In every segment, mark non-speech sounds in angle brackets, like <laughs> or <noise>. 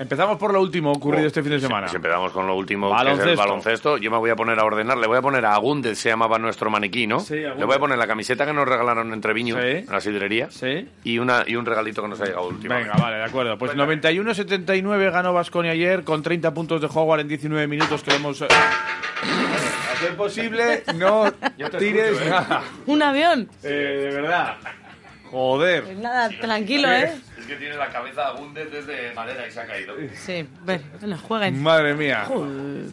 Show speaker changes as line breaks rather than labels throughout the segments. Empezamos por lo último ocurrido
Oh,
este fin de semana.
Si empezamos con lo último, que es el
Baloncesto.
baloncesto, yo me voy a poner a ordenar, le voy a poner a Agúndez, se llamaba nuestro maniquí, ¿no?
Sí, Agúndez.
le voy a poner la camiseta que nos regalaron en Treviño,
Sí.
en la sidrería,
Sí.
y, una, y un regalito que nos ha llegado último.
Venga, vale, de acuerdo. Pues 91-79 ganó Vasconia ayer con 30 puntos de Howard en 19 minutos que lo hemos... eh, Hacer posible, no tires nada.
Un avión.
Eh, de verdad. Joder.
Pues nada, tranquilo, ¿eh?
Es que tiene la cabeza Agúndez desde madera y se ha caído.
Sí, ven, bueno, jueguen.
Madre mía.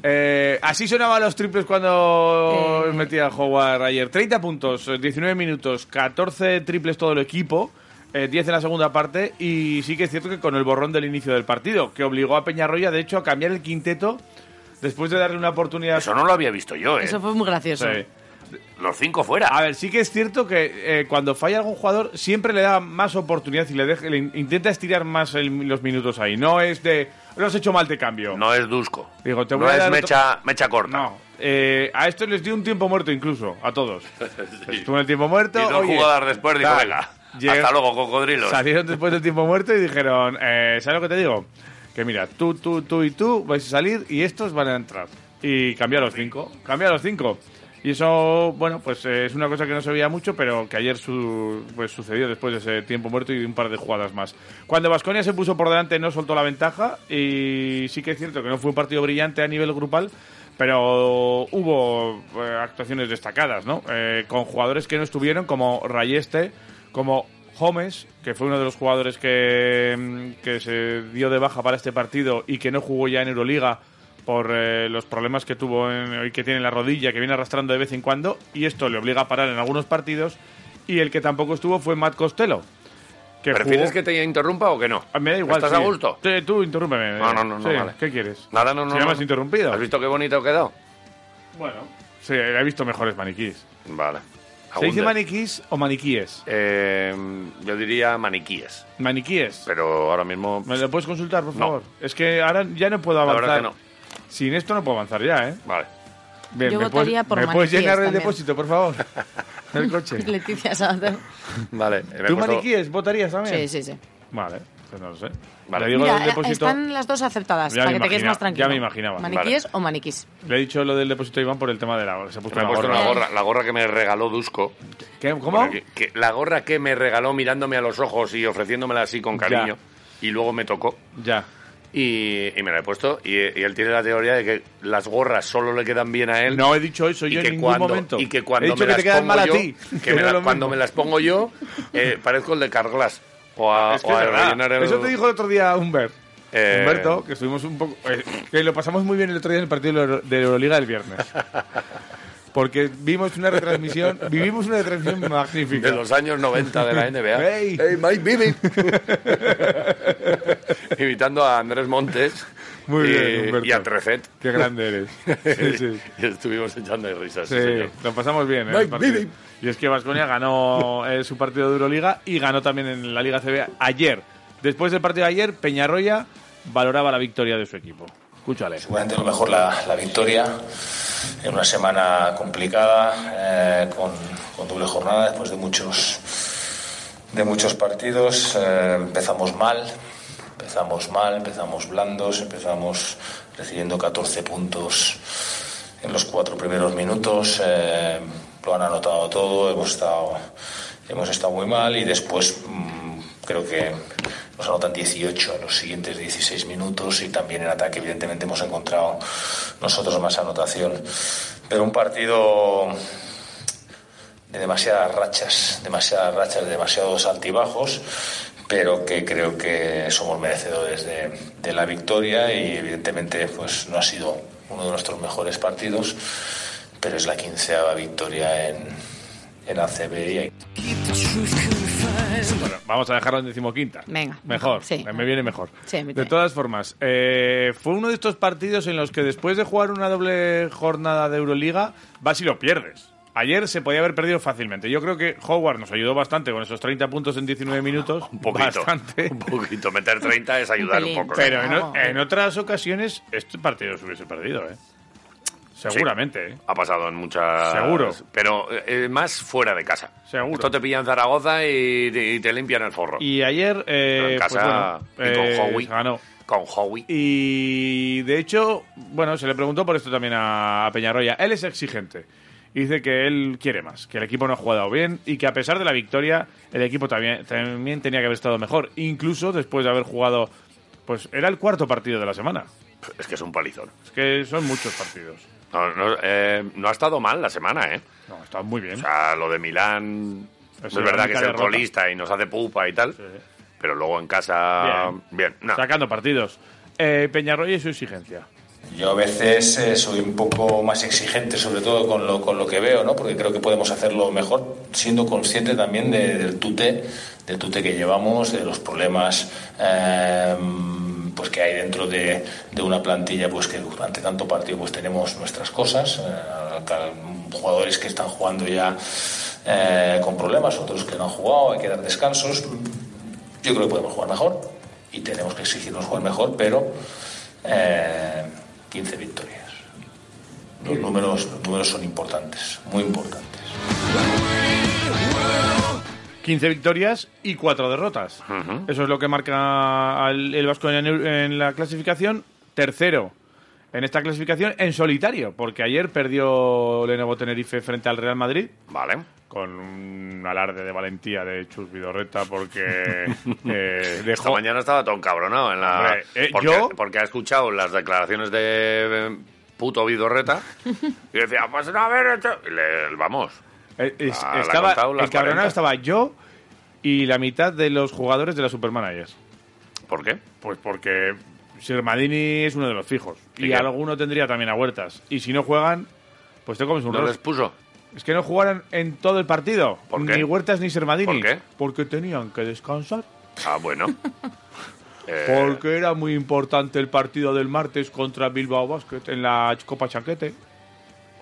Eh, así sonaban los triples cuando
Eh.
metía Howard ayer. 30 puntos, eh, 19 minutos, 14 triples todo el equipo, eh, 10 en la segunda parte y sí que es cierto que con el borrón del inicio del partido, que obligó a Peñarroya, de hecho, a cambiar el quinteto después de darle una oportunidad.
Eso no lo había visto yo, ¿eh?
Eso fue muy gracioso.
Sí.
Los cinco fuera.
A ver, sí que es cierto que eh, cuando falla algún jugador siempre le da más oportunidad y le, deja- le in- intenta estirar más el- los minutos ahí. No es de, lo has hecho mal, te cambio.
No es Dusko.
Digo, te
no
voy a
es
dar otro-
mecha, mecha corta.
No. Eh, a esto les dio un tiempo muerto incluso, a todos.
<laughs>
Estuvo en el tiempo muerto.
Y dos
oye,
jugadas después dijo,
tal.
venga,
Llega-
hasta luego, cocodrilos.
Salieron después del tiempo muerto y dijeron, eh, ¿sabes lo que te digo? Que mira, tú, tú, tú y tú vais a salir y estos van a entrar. Y cambia a los cinco. Cambia a los cinco. Y eso, bueno, pues eh, es una cosa que no se veía mucho, pero que ayer su- pues, sucedió después de ese tiempo muerto y un par de jugadas más. Cuando Vasconia se puso por delante no soltó la ventaja y sí que es cierto que no fue un partido brillante a nivel grupal, pero hubo eh, actuaciones destacadas, ¿no? Eh, con jugadores que no estuvieron, como Rayeste, como Holmes, que fue uno de los jugadores que, mm, que se dio de baja para este partido y que no jugó ya en Euroliga por eh, los problemas que tuvo en- y que tiene en la rodilla, que viene arrastrando de vez en cuando, y esto le obliga a parar en algunos partidos. Y el que tampoco estuvo fue Matt Costello. Que
¿Prefieres
jugó-
que te interrumpa o que no?
Ah, Me da igual.
¿Estás
sí.
a gusto?
Sí, tú interrúmpeme.
No, no, no, no,
Sí,
vale.
¿Qué quieres?
Nada, no, no.
Si ya me
no.
has interrumpido.
¿Has visto qué bonito ha quedado?
Bueno. Sí, he visto mejores maniquís.
Vale.
¿Se dice
Agúndez.
maniquís o maniquíes?
Eh, yo diría maniquíes,
Maniquíes.
pero ahora mismo...
¿Me lo puedes consultar, por
No.
favor? Es que ahora ya no puedo
La
avanzar.
verdad es que no.
Sin esto no puedo avanzar ya, ¿eh?
Vale.
Bien,
Yo
¿me
votaría
puedes,
por
¿Me puedes
maniquíes
llenar el
también.
depósito, por
<laughs>
favor? Del coche.
Leticia Sabater.
Vale. me he
¿Tú
puesto-
maniquíes votarías también?
Sí, sí, sí.
Vale, pues no lo sé.
Vale.
Le digo lo
Mira,
del depósito.
están las dos aceptadas,
Ya me
para que te quedes
imagina-
más tranquilo.
ya me imaginaba.
¿Maniquíes o maniquís?
Le he dicho lo del depósito a Iván por el tema de la. Se ha puesto
Me he
una
puesto
gorra.
una gorra, la gorra que me regaló Dusko.
¿Qué? ¿Cómo?
Bueno, que- que- la gorra que me regaló mirándome a los ojos y ofreciéndomela así con
Ya.
cariño. Y luego me tocó.
Ya.
Y, y me la he puesto. Y, y él tiene la teoría de que las gorras solo le quedan bien a él.
No he dicho eso
y
yo
que
en ningún
cuando,
momento.
Y que
he
cuando
dicho
me
que
las
te quedan
pongo
mal
yo,
a ti.
que
que
me
no
la-
es lo
cuando
mismo.
me las pongo yo, eh, parezco el de Carglass. O a,
Es que
o
es
a
verdad.
rellenar el-
Eso te dijo el otro día Humbert.
Eh,
Humberto, que estuvimos un poco. eh, que lo pasamos muy bien el otro día en el partido de Euro- de Euroliga del
<laughs>
viernes. Porque vimos una retransmisión, vivimos una retransmisión magnífica.
de los años 90
<laughs>
de la NBA.
Hey.
Mike Bibby! <laughs> Imitando a Andrés Montes
Muy
y,
bien, Humberto.
y a Trecet.
Qué grande
<laughs>
eres. Sí, sí.
y estuvimos echando de risas. sí,
Sí,
señor.
lo pasamos bien. ¿eh?
Mike
El partido.
Bibby.
Y es que Vasconia ganó eh, su partido de Euroliga y ganó también en la Liga CB ayer. Después del partido de ayer, Peñarroya valoraba la victoria de su equipo. Escúchale.
Seguramente lo mejor la, la victoria en una semana complicada, eh, con, con doble jornada, después de muchos, de muchos partidos. Eh, empezamos mal, empezamos mal, empezamos blandos, empezamos recibiendo 14 puntos en los cuatro primeros minutos. eh, lo han anotado todo, hemos estado, hemos estado muy mal y después mm, creo que nos anotan 18 en los siguientes 16 minutos y también en ataque evidentemente hemos encontrado nosotros más anotación. Pero un partido de demasiadas rachas, demasiadas rachas, de demasiados altibajos, pero que creo que somos merecedores de, de la victoria y evidentemente pues no ha sido uno de nuestros mejores partidos, pero es la quinceava victoria en, en ACB y hay
Bueno, vamos a dejarlo en decimoquinta.
Venga.
Mejor,
Sí.
me me viene mejor.
Sí, a mí
de
también.
todas formas, eh, fue uno de estos partidos en los que después de jugar una doble jornada de Euroliga, vas y lo pierdes. Ayer se podía haber perdido fácilmente. Yo creo que Howard nos ayudó bastante con esos 30 puntos en 19 minutos.
Un poquito.
Bastante.
Un poquito. Meter 30 es ayudar un
pelín.
poco. ¿eh? ¿no?
Pero en, o-
Bravo.
en otras ocasiones, este partido se hubiese perdido, ¿eh? Seguramente, ¿eh?
Ha pasado en muchas.
Seguro.
Pero eh, más fuera de casa.
Seguro.
Esto te pillan Zaragoza y, y te limpian el forro.
Y ayer, eh,
Pero en
pues
casa
bueno,
y con
eh,
Howie.
se ganó.
Con Howie.
Y de hecho, bueno, se le preguntó por esto también a, a Peñarroya. Él es exigente. Y Dice que él quiere más, que el equipo no ha jugado bien y que a pesar de la victoria, el equipo también, también tenía que haber estado mejor. Incluso después de haber jugado, pues era el cuarto partido de la semana.
Es que es un palizón.
Es que son muchos partidos.
No, no, eh, no ha estado mal la semana, ¿eh?
No, está muy bien.
O sea, lo de Milán.
Es
Es
la
verdad que
única
es el
derrota.
colista y nos hace pupa y tal. Pero luego en casa.
Bien.
Bien. no.
Sacando partidos. Eh, Peñarroya y su exigencia.
Yo a veces eh, soy un poco más exigente, sobre todo con lo, con lo que veo, ¿no? porque creo que podemos hacerlo mejor, siendo consciente también de- del tute, del tute que llevamos, de los problemas eh, pues que hay dentro de, de una plantilla, pues que durante tanto partido pues tenemos nuestras cosas, eh, cal- jugadores que están jugando ya eh, con problemas, otros que no han jugado, hay que dar descansos. Yo creo que podemos jugar mejor y tenemos que exigirnos jugar mejor, pero eh, 15 victorias. Los números, los números son importantes, muy importantes.
15 victorias y 4 derrotas. Eso es lo que marca al- el Vasco en, el- en la clasificación. Tercero en esta clasificación en solitario, porque ayer perdió Lenovo Tenerife frente al Real Madrid
Vale.
con un alarde de valentía de Chus Vidorreta
<laughs>
porque eh,
Esta
dejó...
mañana estaba todo encabronado en la.
Hombre, eh,
porque,
yo-
porque ha escuchado las declaraciones de eh, puto Vidorreta y decía, pues no haber hecho. y le- vamos.
eh, es-
Ah, la ha
estaba,
contado las
el cabronado
40.
estaba yo y la mitad de los jugadores de la Supermanagers.
¿Por qué?
Pues porque Sirmadini es uno de los fijos.
¿Y
Y,
qué?
alguno tendría también a Huertas. Y si no juegan, pues te comes un
No
rosco.
les puso.
Es que no jugaron en todo el partido.
¿Por qué?
Ni Huertas ni Sermadini.
¿Por qué?
Porque tenían que descansar.
Ah,
<laughs>
bueno. Eh,
Porque era muy importante el partido del martes contra Bilbao Basket en la Copa Chanquete.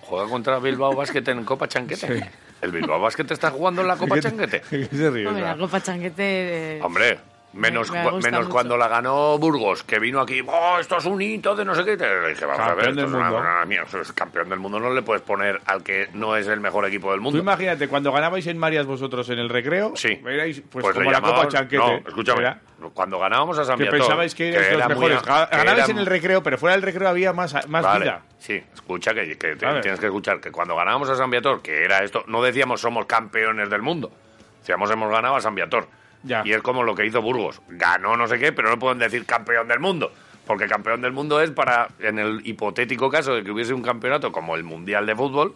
Juega contra Bilbao Basket en Copa Chanquete. ¿El Bilbao Basket está jugando
<laughs>
en la Copa Chanquete?
¿Qué se ríe?
Hombre,
¿verdad?
la copa chanquete. eh,
Hombre, menos,
Me- me
cua-
gusta
menos
mucho.
cuando la ganó Burgos, que vino aquí, "Oh, esto es un hito de no sé qué. Te le dije, vamos a ver,
Campeón
esto
del
es una-
mundo.
una mierda, eso es campeón del mundo no le puedes poner al que no es el mejor equipo del
Tú
mundo.
imagínate, cuando ganabais en Marias vosotros en el recreo,
Sí.
erais pues,
le
como la
llamaban-
Copa Chanquete.
No, escúchame.
Era
Cuando ganábamos a San
Que
Viator,
pensabais que erais los
era muy-
mejores. Ga-
que
Ganabais
era-
en el recreo, pero fuera del recreo había más, más
Vale,
vida.
Sí, escucha que, que te-
Vale.
tienes que escuchar que cuando ganábamos a San Viator, que era esto, no decíamos somos campeones del mundo. Decíamos hemos ganado a San Viator.
Ya.
Y es como lo que hizo Burgos. Ganó no sé qué, pero no pueden decir campeón del mundo. Porque campeón del mundo es para, en el hipotético caso de que hubiese un campeonato como el Mundial de Fútbol,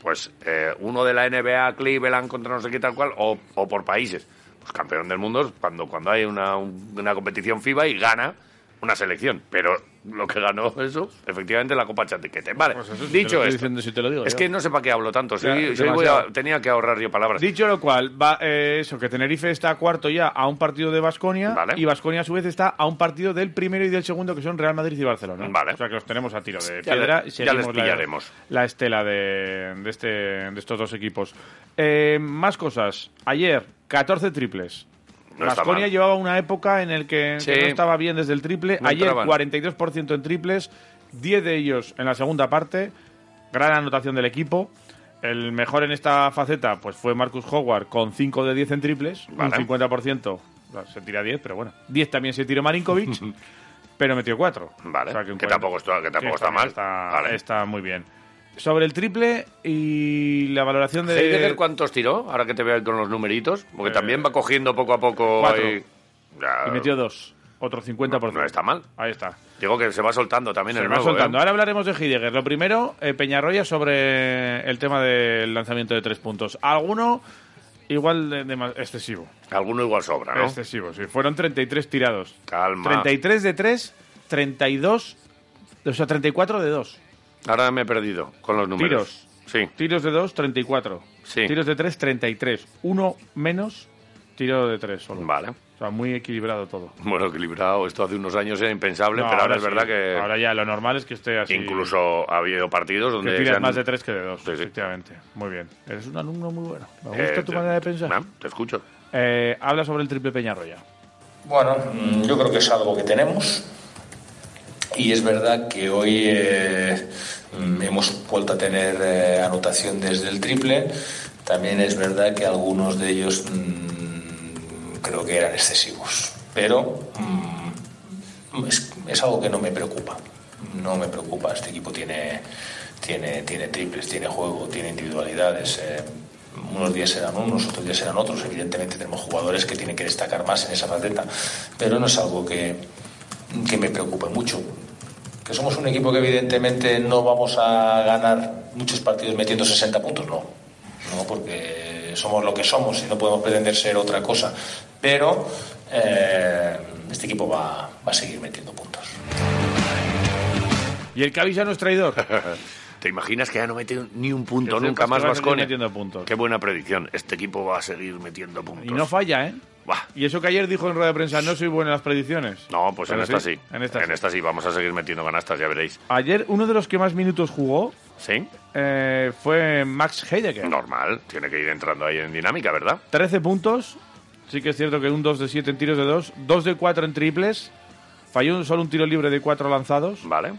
pues eh, uno de la NBA, Cleveland contra no sé qué tal cual, o, o por países. Pues campeón del mundo es cuando, cuando hay una, un- una competición FIBA y gana una selección. Pero lo que ganó eso, efectivamente, la Copa Chantiquete. Vale,
Pues eso sí te lo
dicho
estoy
esto,
diciendo, sí te lo digo
es
yo.
que no sé para qué hablo tanto. Sí,
Ya,
sí,
demasiado.
voy a- tenía que ahorrar yo palabras.
Dicho lo cual, va, eh, eso, que Tenerife está a cuarto ya a un partido de Basconia
Vale.
y Basconia a su vez está a un partido del primero y del segundo que son Real Madrid y Barcelona.
Vale.
O sea que los tenemos a tiro de
Ya
piedra
le-
y
ya les
seguimos la-
pillaremos.
La, estela de, de este, de estos dos equipos. Eh, más cosas. Ayer, 14 triples.
No está
Basconia
mal.
llevaba una época en el que,
Sí.
que no estaba bien desde el triple.
No
Ayer,
entraban.
42% en triples, 10 de ellos en la segunda parte. Gran anotación del equipo. El mejor en esta faceta pues fue Marcus Howard con 5 de 10 en triples,
Vale.
un 50%. Bueno, Se tira 10, pero bueno. 10 también se tiró
<laughs>
Marinkovic, pero metió 4.
Vale, que tampoco está- que tampoco está mal.
Está,
Vale.
está muy bien. Sobre el triple y la valoración de...
Heidegger, ¿cuántos tiró? Ahora que te veo ahí con los numeritos. Porque
Eh,
también va cogiendo poco a poco.
cuatro.
ahí- Ya,
Y metió 2. Otro 50%.
No está mal.
Ahí está.
Digo que se va soltando también
Se
el
va
nuevo, ¿eh?
soltando. Ahora hablaremos de Heidegger. Lo primero, eh, Peñarroya sobre el tema del lanzamiento de tres puntos. Alguno igual de, de más- excesivo.
Alguno igual sobra, ¿no?
Excesivo, sí. Fueron 33 tirados.
Calma.
33 de 3, 32, o sea, 34 de 2.
Ahora me he perdido con los números. Sí.
Tiros de 2, 34.
Sí.
Tiros de 3, 33. Uno menos tiro de 3 solo.
Vale.
O sea, muy equilibrado todo.
Bueno, equilibrado. Esto hace unos años era impensable,
No,
pero ahora, es
sí.
verdad que
Ahora ya lo normal es que esté así.
incluso ha habido partidos
Que
donde...
tiras
se han-
más de 3 que de 2,
Sí, sí.
efectivamente. Muy bien. Eres un alumno muy bueno. Me
Eh,
gusta tu
te-
manera de pensar.
Ah, te escucho.
Eh, habla sobre el triple Peñarroya.
Bueno, mm, yo creo que es algo que tenemos y es verdad que hoy eh, mm, hemos vuelto a tener eh, anotación desde el triple. También es verdad que algunos de ellos mm, creo que eran excesivos, pero mm, es, es algo que no me preocupa. No me preocupa. Este equipo tiene, tiene, tiene triples, tiene juego, tiene individualidades. eh, unos días serán unos, otros días serán otros. Evidentemente tenemos jugadores que tienen que destacar más en esa faceta, pero no es algo que, que me preocupe mucho. Que somos un equipo que evidentemente no vamos a ganar muchos partidos metiendo 60 puntos, no. No, porque somos lo que somos y no podemos pretender ser otra cosa. Pero eh, este equipo va, va a seguir metiendo puntos.
Y el que avisa no es
<laughs>
traidor.
¿Te imaginas que ya no metido ni un punto
Que
nunca
sepas
más
que va a seguir
Vasconia?
metiendo puntos.
Qué buena predicción. Este equipo va a seguir metiendo puntos.
y no falla, ¿eh?
Buah.
Y eso que ayer dijo en rueda de prensa, no soy bueno en las predicciones.
No, pues en
Pero
esta sí.
En esta sí.
sí. Vamos a seguir metiendo canastas, ya veréis.
Ayer uno de los que más minutos jugó
¿Sí?
eh, fue Max Heidegger.
Normal. Tiene que ir entrando ahí en dinámica, ¿verdad?
13 puntos. Sí que es cierto que un 2 de 7 en tiros de 2, 2 de 4 en triples. Falló un- solo un tiro libre de 4 lanzados,
Vale.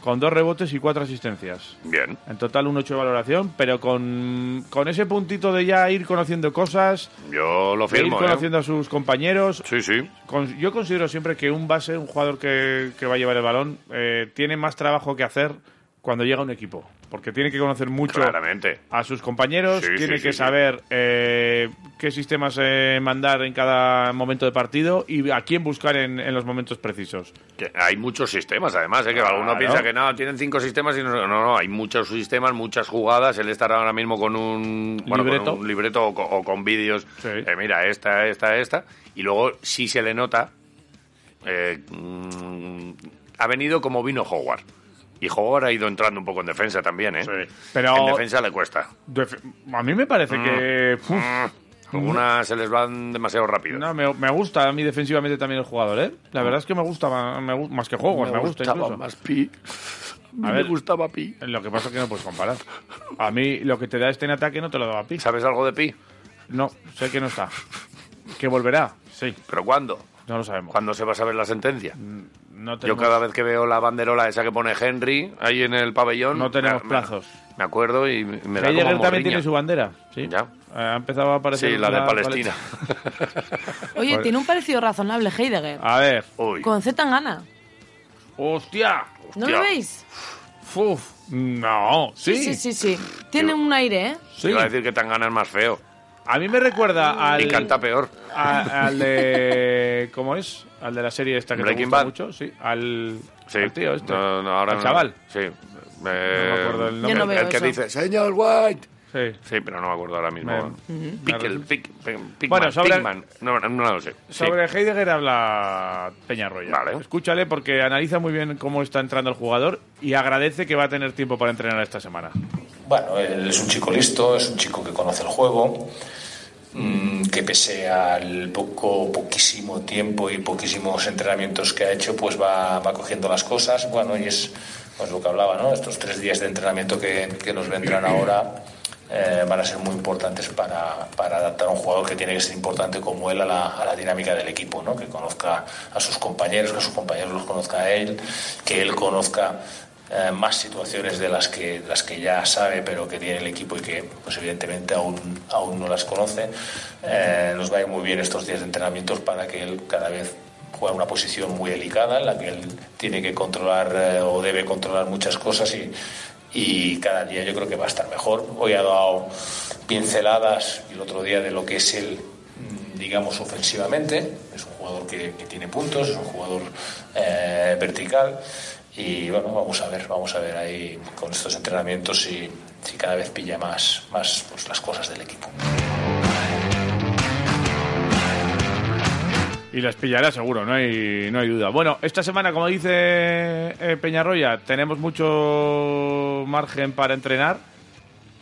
con 2 rebotes y 4 asistencias.
Bien.
En total un 8 de valoración, pero con, con ese puntito de ya ir conociendo cosas,
Yo lo
de ir
firmo, ¿eh?
conociendo a sus compañeros.
Sí, sí.
Con- yo considero siempre que un base, un jugador que, que va a llevar el balón, eh, tiene más trabajo que hacer cuando llega a un equipo, porque tiene que conocer mucho
Claramente.
a sus compañeros,
Sí,
tiene
sí,
que
sí, sí.
saber eh, qué sistemas eh, mandar en cada momento de partido y a quién buscar en, en los momentos precisos.
Que hay muchos sistemas, además, ¿eh? que
Claro.
alguno piensa que no, tienen cinco sistemas y no, no, no, hay muchos sistemas, muchas jugadas. Él estará ahora mismo con un bueno, con
Libreto.
un libreto o co- o con, vídeos.
Sí.
Eh, mira, esta, esta, esta. Y luego sí se le nota. eh, mm, ha venido como vino Howard. Y Howard ha ido entrando un poco en defensa también, ¿eh?
Sí. Pero-
En defensa le cuesta.
Def- A mí me parece
Mm.
que... uf,
Algunas se les van demasiado rápido.
no, me, me gusta a mí defensivamente también el jugador, ¿eh? La verdad es que me gusta ma- me gu- más que juegos, me, gusta
gustaba
incluso.
más Pi.
A
me
ver.
gustaba Pi.
Lo que pasa es que no puedes comparar. A mí lo que te da este en ataque no te lo daba a ti.
¿Sabes algo de Pi?
No, sé que no está. ¿Que volverá? Sí,
¿Pero cuándo?
no lo sabemos.
¿Cuándo se va a saber la sentencia?
No
Yo
tenemos-
cada vez que veo la banderola esa que pone Henry ahí en el pabellón...
No tenemos
me-
plazos.
Me, me acuerdo y me da
Heidegger
como
también
morriña.
tiene su bandera, ¿sí? Eh,
Ya.
Ha empezado a aparecer...
Sí, la de Palestina.
Oye,
pues-
tiene un parecido razonable Heidegger.
A ver.
Uy,
Con Z Gana.
¡Hostia!
¿No
Hostia.
lo veis?
Uf. No, sí.
sí, sí, sí. sí. Tiene un aire, ¿eh?
Sí.
iba a decir que Tangana es más feo.
A mí me recuerda al...
Y canta peor.
a- al de... ¿Cómo es? Al de la serie esta que te
Breaking
gusta
Bad.
mucho, sí. Al,
Sí.
al tío este.
No, no, ahora
al
no.
chaval.
Sí. Eh,
me acuerdo el nombre.
Yo no veo
el que
eso.
dice, señor White.
Sí.
Sí, pero no me acuerdo ahora mismo. Pickle,
Claro.
pick, pick- Pickman,
Bueno, sobre-
Pickman. No, no, no lo sé. Sí.
Sobre Heidegger habla Peñarroya.
Vale.
Escúchale porque analiza muy bien cómo está entrando el jugador y agradece que va a tener tiempo para entrenar esta semana.
Bueno, él es un chico listo, es un chico que conoce el juego, mm, que pese al poco, poquísimo tiempo y poquísimos entrenamientos que ha hecho, pues va, va cogiendo las cosas. Bueno, y es pues lo que hablaba, ¿no? Estos tres días de entrenamiento que, que nos vendrán ahora eh, van a ser muy importantes para, para adaptar a un jugador que tiene que ser importante como él a la, a la dinámica del equipo, ¿no? Que conozca a sus compañeros, que sus compañeros los conozca a él, que él conozca eh, más situaciones de las que las que ya sabe pero que tiene el equipo y que pues evidentemente aún aún no las conoce Eh, nos va a ir muy bien estos días de entrenamientos para que él cada vez juegue una posición muy delicada en la que él tiene que controlar eh, o debe controlar muchas cosas y y cada día yo creo que va a estar mejor hoy ha dado pinceladas y el otro día de lo que es él mm, digamos, ofensivamente. Es un jugador que, que tiene puntos, es un jugador eh, vertical. Y bueno, vamos a ver, vamos a ver ahí con estos entrenamientos si, si cada vez pilla más, más pues, las cosas del equipo.
Y las pillará seguro, no hay, no hay duda. Bueno, esta semana, como dice eh, Peñarroya, tenemos mucho margen para entrenar.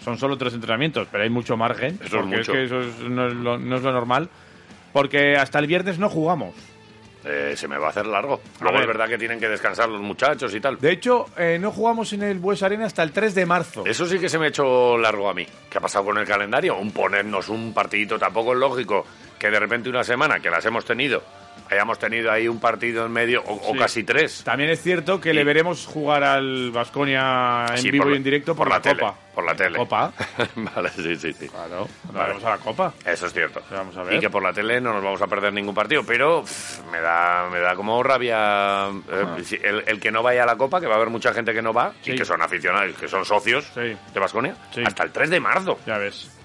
Son solo tres entrenamientos, pero hay mucho margen.
Eso es
porque
mucho.
que eso es- no, es lo, no es lo normal. Porque hasta el viernes no jugamos.
Eh, se me va a hacer largo. Luego
ver.
es verdad que tienen que descansar los muchachos y tal.
De hecho, eh, no jugamos en el Bues Arena hasta el 3 de marzo.
Eso sí que se me ha hecho largo a mí. ¿Qué ha pasado con el calendario? Un ponernos un partidito tampoco es lógico que de repente una semana que las hemos tenido, hayamos tenido ahí un partido en medio o, o
Sí.
casi tres. <laughs>
También es cierto que
Y-
le veremos jugar al Vasconia en
Sí,
vivo
por
y
la-
en directo por,
por
la,
la tele,
Copa.
por la tele.
Copa.
vale, sí, sí, sí.
Claro. Vamos a la Copa.
Eso es cierto.
Vamos a ver.
Y que por la tele no nos vamos a perder ningún partido, pero pff, me da me da como rabia eh, si- el, el que no vaya a la Copa, que va a haber mucha gente que no va,
Sí.
y que son aficionados, que son socios
Sí.
de Vasconia,
Sí.
hasta el 3 de marzo.
Ya ves.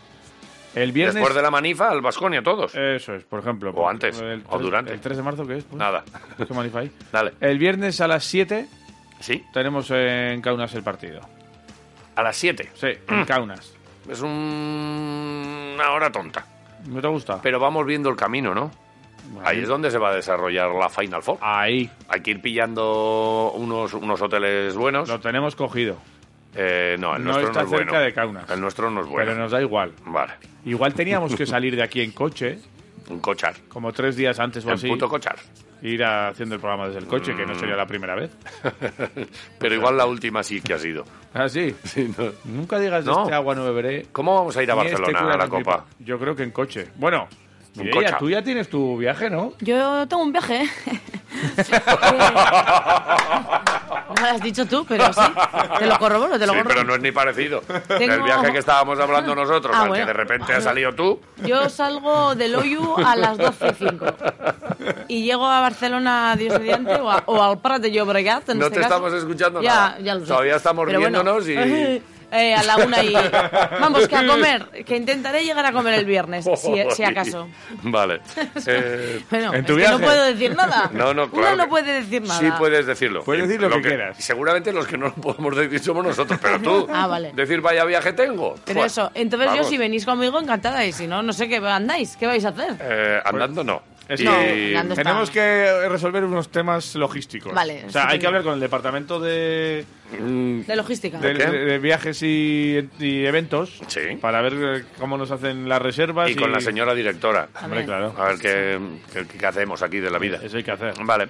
El viernes. Eh.
Después de la manifa, al Vasconia, todos.
Eso es, por ejemplo.
O antes,
El
o durante.
¿El 3 de marzo qué es? Pues,
Nada.
¿Qué manifa hay?
Dale.
El viernes a las 7
Sí,
tenemos en Kaunas el partido.
a las 7.
Sí,
<clears throat>
en Kaunas.
Es un- una hora tonta.
¿No te gusta?
Pero vamos viendo el camino, ¿no? Ahí es donde se va a desarrollar la Final Four.
Ahí,
Hay que ir pillando unos, unos hoteles buenos.
lo tenemos cogido.
Eh, no, el
No
nuestro
está
no es bueno.
cerca de Kaunas.
El nuestro no es bueno.
Pero nos da igual.
Vale.
Igual teníamos que salir de aquí en coche,
Un cochar.
como tres días antes o
El
así,
puto cochar. <laughs>
e ir haciendo el programa desde el coche, que no sería la primera vez.
Mm. Pero igual la última sí que ha sido.
¿Ah,
<laughs>
sí? Nunca digas, de
No.
este agua no beberé.
¿Cómo vamos a ir a
ni este
Barcelona
cura
a la
nos
Copa?
flipa. Yo creo que en coche. Bueno,
En
Mireia,
cocha.
tú ya tienes tu viaje, ¿no?
Yo tengo un viaje.
<laughs>
¿eh? <laughs> Sí.
<laughs>
no lo has dicho tú, pero sí. Te lo corroboro, te lo
Sí,
corroboro.
pero no es ni parecido.
Tengo-
El viaje que estábamos hablando nosotros,
Ah,
al
bueno.
que de repente ha salido tú,
Yo salgo del Oyu a las 12.05 y llego a Barcelona, Dios mediante, o, a, o al Prat de Llobregat. en
No
este
te
caso.
estamos escuchando
ya,
nada.
Ya lo sé.
Todavía estamos
Pero bueno,
riéndonos y-
eh, <laughs> eh, a la una y. Vamos, que a comer. Que intentaré llegar a comer el viernes,
<laughs>
si, si acaso.
Vale. Eh,
Bueno,
¿En
es
tu
que
viaje?
no puedo decir nada.
<laughs> no, no, claro.
Uno no
que-
puede decir nada.
Sí puedes decirlo. Eh,
Puedes decir lo que quieras.
Seguramente los que no lo podemos decir somos nosotros, pero tú.
<laughs> Ah, vale.
Decir vaya viaje tengo.
Pero
Buah,
eso, entonces
vamos.
yo si venís conmigo encantada y si no, no sé qué andáis, ¿qué vais a hacer?
Eh, andando no.
Es
Y-
No, andando está.
Tenemos que resolver unos temas logísticos.
Vale,
O sea, hay
estupendo.
que hablar con el departamento de,
Mm,
De logística.
de-
qué?
de viajes y, y eventos
Sí.
para ver eh, cómo nos hacen las reservas.
y con la señora directora.
Hombre, claro.
A ver qué, qué- qué hacemos aquí de la vida.
Eso hay que hacer.
Vale.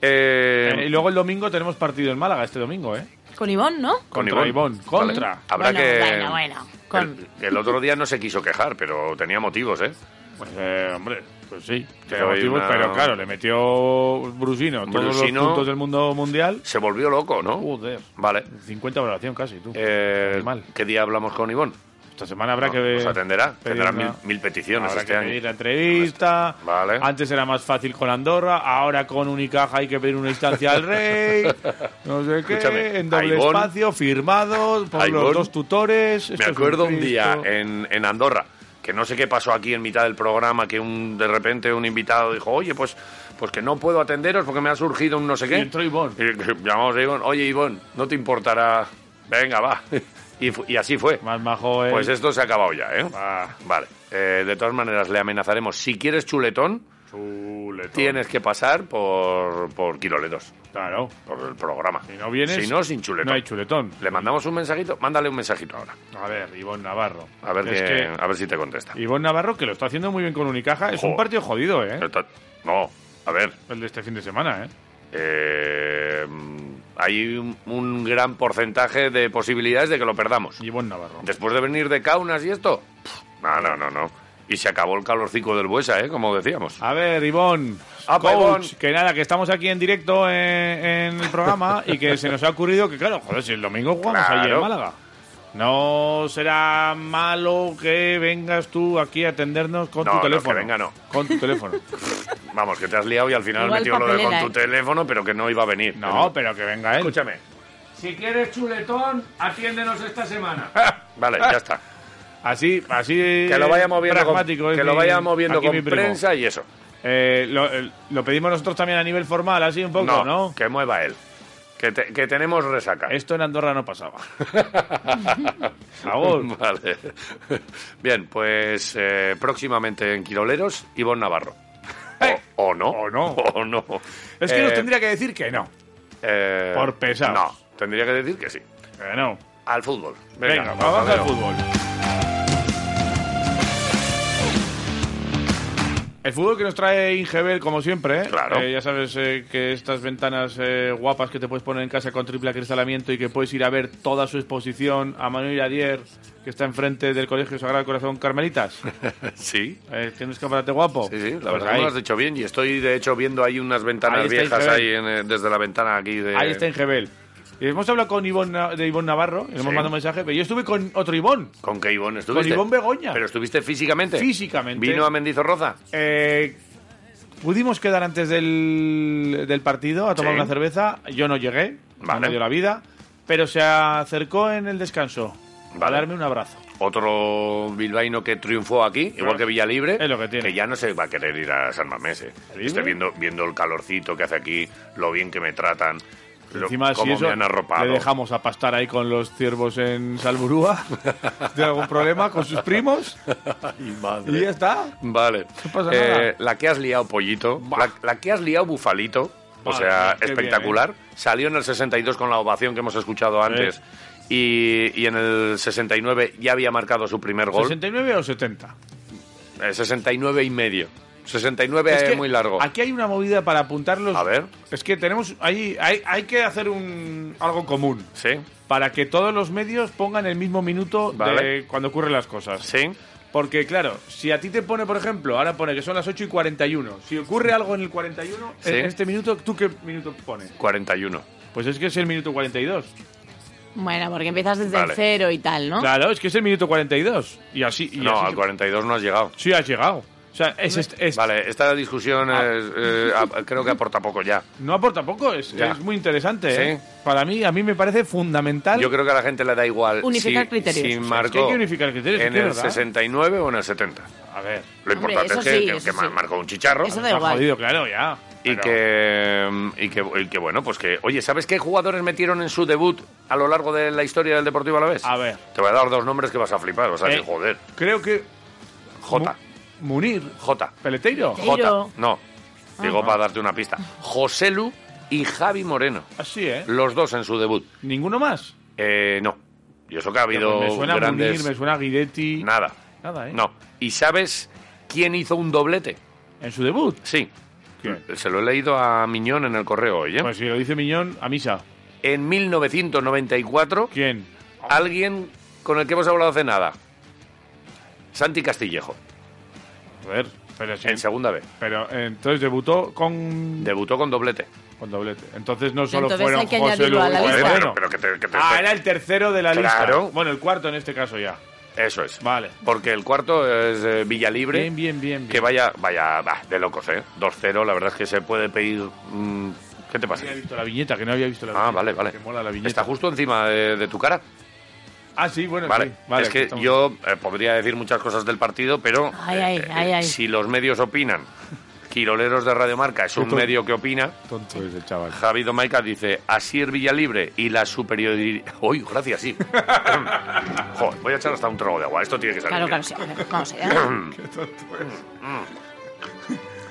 Eh,
Eh, y luego el domingo tenemos partido en Málaga, este domingo, ¿eh?
Con Ivón, ¿no?
con
contra Ivón,
Ivón. Vale. Ah.
contra.
Habrá
Bueno,
que.
bueno, bueno, con-
El, el otro día no se quiso quejar, pero tenía motivos, ¿eh?
Pues, eh, hombre, pues sí.
Que
tenía
hoy
motivos,
una-
Pero claro, le metió Brusino todos los
Brusino.
puntos del mundo mundial.
Se volvió loco, ¿no?
Joder.
Vale.
50 valoración casi, tú.
Eh,
Animal.
¿Qué día hablamos con Ivón?
Esta semana habrá
No,
que ver.
nos atenderá.
pedir
Tendrá
una-
mil, mil peticiones
Habrá
este
que
año.
pedir la entrevista.
Vale.
Antes era más fácil con Andorra, ahora con Unicaja hay que pedir una instancia al
<laughs>
rey. No sé qué.
Escúchame,
en doble
Aibón.
espacio, firmado por los
Aibón.
dos tutores. Esto
Me
es
acuerdo un
Cristo.
día eh, en, en Andorra, que no sé qué pasó aquí en mitad del programa, que un, de repente un invitado dijo, oye, pues, pues que no puedo atenderos porque me ha surgido un no sé qué.
Y entró Ivón.
Y <laughs> que llamamos a Ivón, oye Ivón, no te importará, venga, va. <laughs> Y, fu- y así fue.
Más majo. él.
Pues esto se ha acabado ya, ¿eh?
Ah,
Vale, Eh, de todas maneras le amenazaremos. Si quieres chuletón,
chuletón.
tienes que pasar por, por Quiroleros,
Claro.
por el programa.
Si no vienes.
Si no, sin chuletón.
No hay chuletón.
¿Le mandamos un mensajito? Mándale un mensajito ahora.
A ver, Ivón Navarro.
A ver,
Es
que-
que
a ver si te contesta.
Ivón Navarro, que lo está haciendo muy bien con Unicaja, es un
Joder.
partido jodido, ¿eh?
Pero ta- No, a ver.
El de este fin de semana, ¿eh?
eh, hay un, un gran porcentaje de posibilidades de que lo perdamos.
Ivón Navarro.
Después de venir de Kaunas y esto. pff, No, no, no, no. Y se acabó el calorcico del Buesa, ¿eh? Como decíamos.
A ver, Ivón,
Apa,
coach,
Ivón.
que nada, que estamos aquí en directo en, en el
<laughs>
programa y que se nos ha ocurrido que, claro, joder, si el domingo jugamos allí en
Claro.
Málaga. No será malo que vengas tú aquí a atendernos con
No,
tu
no,
teléfono.
que venga no.
Con tu
<laughs>
teléfono.
Vamos, que te has liado y al final has
Igual
metido lo de con
papelera,
tu
¿eh?
teléfono, pero que no iba a venir.
No, pero que venga él.
Escúchame.
Si quieres chuletón, atiéndenos esta semana.
Vale, ya está.
Así, así.
Que lo vaya moviendo con,
pragmático es
que lo
mi-
vaya moviendo
aquí
con
mi primo.
prensa y eso.
Eh, lo, el- lo pedimos nosotros también a nivel formal, así un poco, ¿no?
que mueva él. Que, te- que tenemos resaca.
Esto en Andorra no
<laughs>
pasaba. Aún.
Vale. Bien, pues eh, próximamente en Quiroleros, Ivonne Navarro.
<laughs> Eh.
O, o no.
O no.
<laughs> O no.
Es que nos
Eh,
tendría que decir que no.
eh,
por pesados.
No, tendría que decir que sí.
Que no.
Al fútbol.
Venga, vamos al
Fabio.
fútbol. El fútbol que nos trae Ingebel, como siempre. ¿eh?
Claro.
Eh, ya sabes eh, que estas ventanas eh, guapas que te puedes poner en casa con triple acristalamiento y que puedes ir a ver toda su exposición a Manuel Adier, que está enfrente del Colegio Sagrado Corazón Carmelitas.
<laughs> <laughs> Sí.
Eh, ¿Tienes escaparate guapo?
Sí, sí, la
Pues
verdad que
ahí.
lo has dicho bien y estoy de hecho viendo ahí unas ventanas
Ahí está
viejas
Isabel.
ahí en, eh, desde la ventana aquí de...
Ahí está Ingebel. Y hemos hablado con Ivonne, Na- de Ivonne Navarro, y le hemos
Sí.
mandado un mensaje, pero yo estuve con otro Ivonne.
¿Con qué Ivonne estuviste?
Ivonne Begoña.
¿Pero estuviste físicamente?
Físicamente.
¿Vino a Mendizorroza?
Eh, pudimos quedar antes del, del partido a tomar
Sí.
una cerveza. Yo no llegué,
Vale.
no me dio la vida, pero se acercó en el descanso a
Vale.
darme un abrazo.
Otro bilbaíno que triunfó aquí, igual que Villalibre.
Es lo que tiene.
ya no se va a querer ir a San Mamés. eh.
¿Libre?
Estoy viendo, viendo el calorcito que hace aquí, lo bien que me tratan, lo,
Encima, si
cómo
eso,
me han arropado.
le dejamos a pastar ahí con los ciervos en
<laughs>
Salburúa. ¿Tiene algún problema con sus primos?
Ay,
Y
madre.
ya está.
Vale.
No pasa
Eh,
nada.
La que has liado, pollito. La, la que has liado, bufalito. O
Madre
sea,
mía, qué eh.
espectacular. Salió en el 62 con la ovación que hemos escuchado antes. Y, y en el 69 ya había marcado su primer gol.
¿69 o 70?
Eh, 69 y medio. 69 es
que
muy largo.
Aquí hay una movida para apuntarlos.
A ver.
Es que tenemos. Ahí, hay, hay que hacer un algo común.
Sí,
para que todos los medios pongan el mismo minuto
Vale.
de cuando ocurren las cosas.
sí.
Porque, claro, si a ti te pone, por ejemplo, ahora pone que son las 8 y 41, si ocurre algo en el 41,
Sí.
en este minuto, ¿tú qué minuto pones?
41.
Pues es que es el minuto 42.
Bueno, porque empiezas desde
Vale.
el cero y tal, ¿no?
Claro, es que es el minuto 42. Y así. y
No,
así
al
te-
42 no has llegado.
Sí, has llegado. O sea, es, es- es-
Vale, esta discusión
Ah.
es, eh, ap- creo que aporta poco ya.
no aporta poco, es,
Ya.
es muy interesante.
Sí.
¿eh? Para mí, a mí me parece fundamental.
Yo creo que a la gente le da igual
Unificar
si,
criterios.
si
O sea, es
marcó
que hay que unificar criterios, es
en
que es
el
verdad. ¿eh?
69 o en el 70.
A ver,
Lo
Hombre,
importante
eso
es que,
sí,
que-
eso
que
sí.
marcó un chicharro
Eso da
está
igual.
jodido, claro, ya.
y,
Pero-
que, y, que, y que, bueno, pues que... Oye, ¿sabes qué jugadores metieron en su debut a lo largo de la historia del Deportivo Alavés?
A ver.
Te voy a dar dos nombres que vas a flipar, vas a decir,
Eh,
joder.
Creo que.
J.
Mu- Munir.
J.
Peleteiro.
Sí.
J.
Pero-
No, digo
Ah.
para darte una pista. José Lu y Javi Moreno.
Así, ¿eh?
Los dos en su debut.
¿Ninguno más?
Eh, no. Y eso que ha habido
me suena
grandes...
Munir, me suena Guidetti.
Nada.
Nada, ¿eh?
No. ¿Y sabes quién hizo un doblete?
En su debut.
Sí.
¿Quién?
Se lo he leído a Miñón en el correo hoy, ¿eh?
Pues si lo dice Miñón, a misa.
En 1994,
¿Quién?
alguien con el que hemos hablado hace nada. Santi Castillejo,
A ver, pero sí.
en segunda vez.
Pero eh, entonces debutó con,
Debutó con doblete.
con doblete. Entonces no solo
Entonces
fueron
hay que
José
añadirlo a la
Luis
lista.
Moreno.
Pero, pero que te- que te-
Ah, era el tercero de la
Claro.
lista. Bueno, el cuarto en este caso ya.
Eso es.
Vale.
Porque el cuarto es eh, Villalibre.
Bien, bien, bien. bien.
Que vaya, vaya, bah, de locos, ¿eh? 2-0, la verdad es que se puede pedir... mm, ¿Qué te pasa?
No había visto la viñeta, que no había visto la
Ah,
viñeta.
vale, vale.
Que mola la viñeta.
Está justo encima eh, de- de tu cara.
Ah, sí, bueno,
Vale.
sí, vale,
es que
estamos-
yo eh, podría decir muchas cosas del partido, pero eh,
Ay, ay, ay, ay.
si los medios opinan, Quiroleros de Radio Marca es un
Puto.
medio que opina.
Tonto es el chaval.
Javi Domaica dice, Asier Villalibre y la superioridad... <laughs> Uy, gracias, sí. Joder, voy a echar hasta un trago de agua. Esto tiene que salir.
Claro,
bien.
claro,
<laughs>
sí. Vamos allá.
Qué tonto es.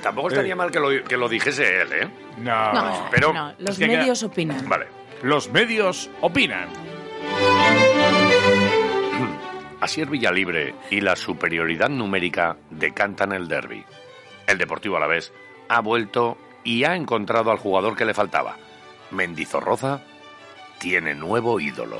Tampoco
Eh.
estaría mal que lo, que lo dijese él, ¿eh?
No.
No,
pero-
no,
es
los
que queda-
medios opinan.
Vale.
Los medios opinan.
Asier Villalibre y la superioridad numérica decantan el derby. El Deportivo Alavés ha vuelto y ha encontrado al jugador que le faltaba. Mendizorroza tiene nuevo ídolo.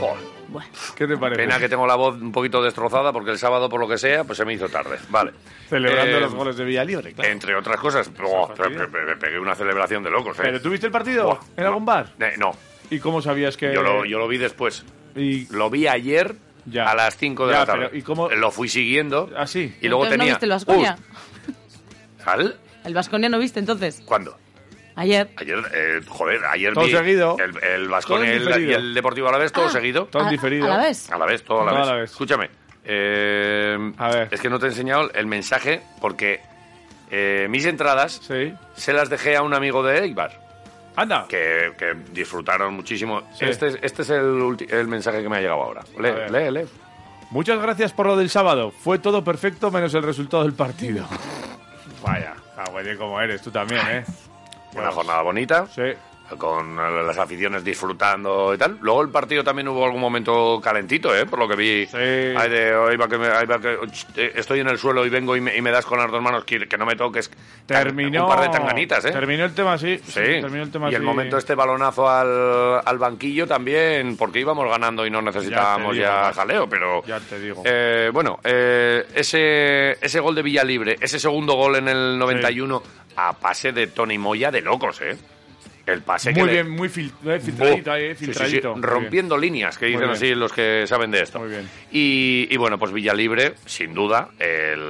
Joder,
Bueno,
¿Qué te parece?
pena que tengo la voz un poquito destrozada porque el sábado, por lo que sea, pues se me hizo tarde. Vale.
Celebrando
Eh,
los goles de Villalibre, claro.
Entre otras cosas, oh, pe- pe- pe- me pegué una celebración de locos, ¿eh?
¿eh? ¿Pero tú viste el partido
Buah,
en algún bar?
Eh, no,
¿Y cómo sabías que...?
yo lo, yo lo vi después.
Y...
Lo vi ayer
Ya.
a las 5 de
Ya,
la tarde.
pero, ¿y cómo-
Lo fui siguiendo.
¿Ah, sí?
Y luego
Entonces,
tenía.
¿No viste el Vasconia?
Uf, ¿al?
¿El Vasconia no viste entonces?
¿Cuándo?
Ayer.
Ayer, eh, joder, ayer
Todo
vi
seguido.
el, el Vascón
Todo
y el,
diferido.
y el Deportivo Alavés todo
Ah.
seguido.
Todo
A-
diferido.
A la vez.
A la vez, todo a la,
Todo
vez.
a la vez.
Escúchame. eh,
A ver.
Es que no te he enseñado el mensaje porque eh, mis entradas
Sí.
se las dejé a un amigo de Eibar,
Anda.
que, que disfrutaron muchísimo.
Sí.
Este, es- este es el, ulti- el mensaje que me ha llegado ahora.
A
Lee,
ver.
lee, lee.
Muchas gracias por lo del sábado. Fue todo perfecto menos el resultado del
<laughs>
partido. Vaya, güey, como eres tú también, ¿eh?
Una
Dios.
jornada bonita,
Sí.
con las aficiones disfrutando y tal. Luego el partido también hubo algún momento calentito, ¿eh? por lo que vi.
Sí.
Ay, de, "Ay, va que me- ay, va que- ch, eh, estoy en el suelo y vengo y me, y me das con las dos manos que, que no me toques.
Terminó.
Un par de tanganitas, ¿eh?
Terminó el tema así.
Sí,
terminó el tema
y el
así.
momento este balonazo al, al banquillo también, porque íbamos ganando y no necesitábamos
Ya te
ya,
digo.
jaleo, pero...
Ya te digo.
Eh, bueno, eh, ese, ese gol de Villalibre, ese segundo gol en el 91, a pase de Tony Moya de locos, ¿eh? El pase que
Muy
le-
bien, muy fil- eh,
Buh.
filtradito ahí, eh,
Sí, sí, sí,
filtradito. Muy bien.
rompiendo líneas, que
Muy
dicen
bien.
así los que saben de esto.
Muy bien.
Y, y bueno, pues Villalibre, sin duda, el,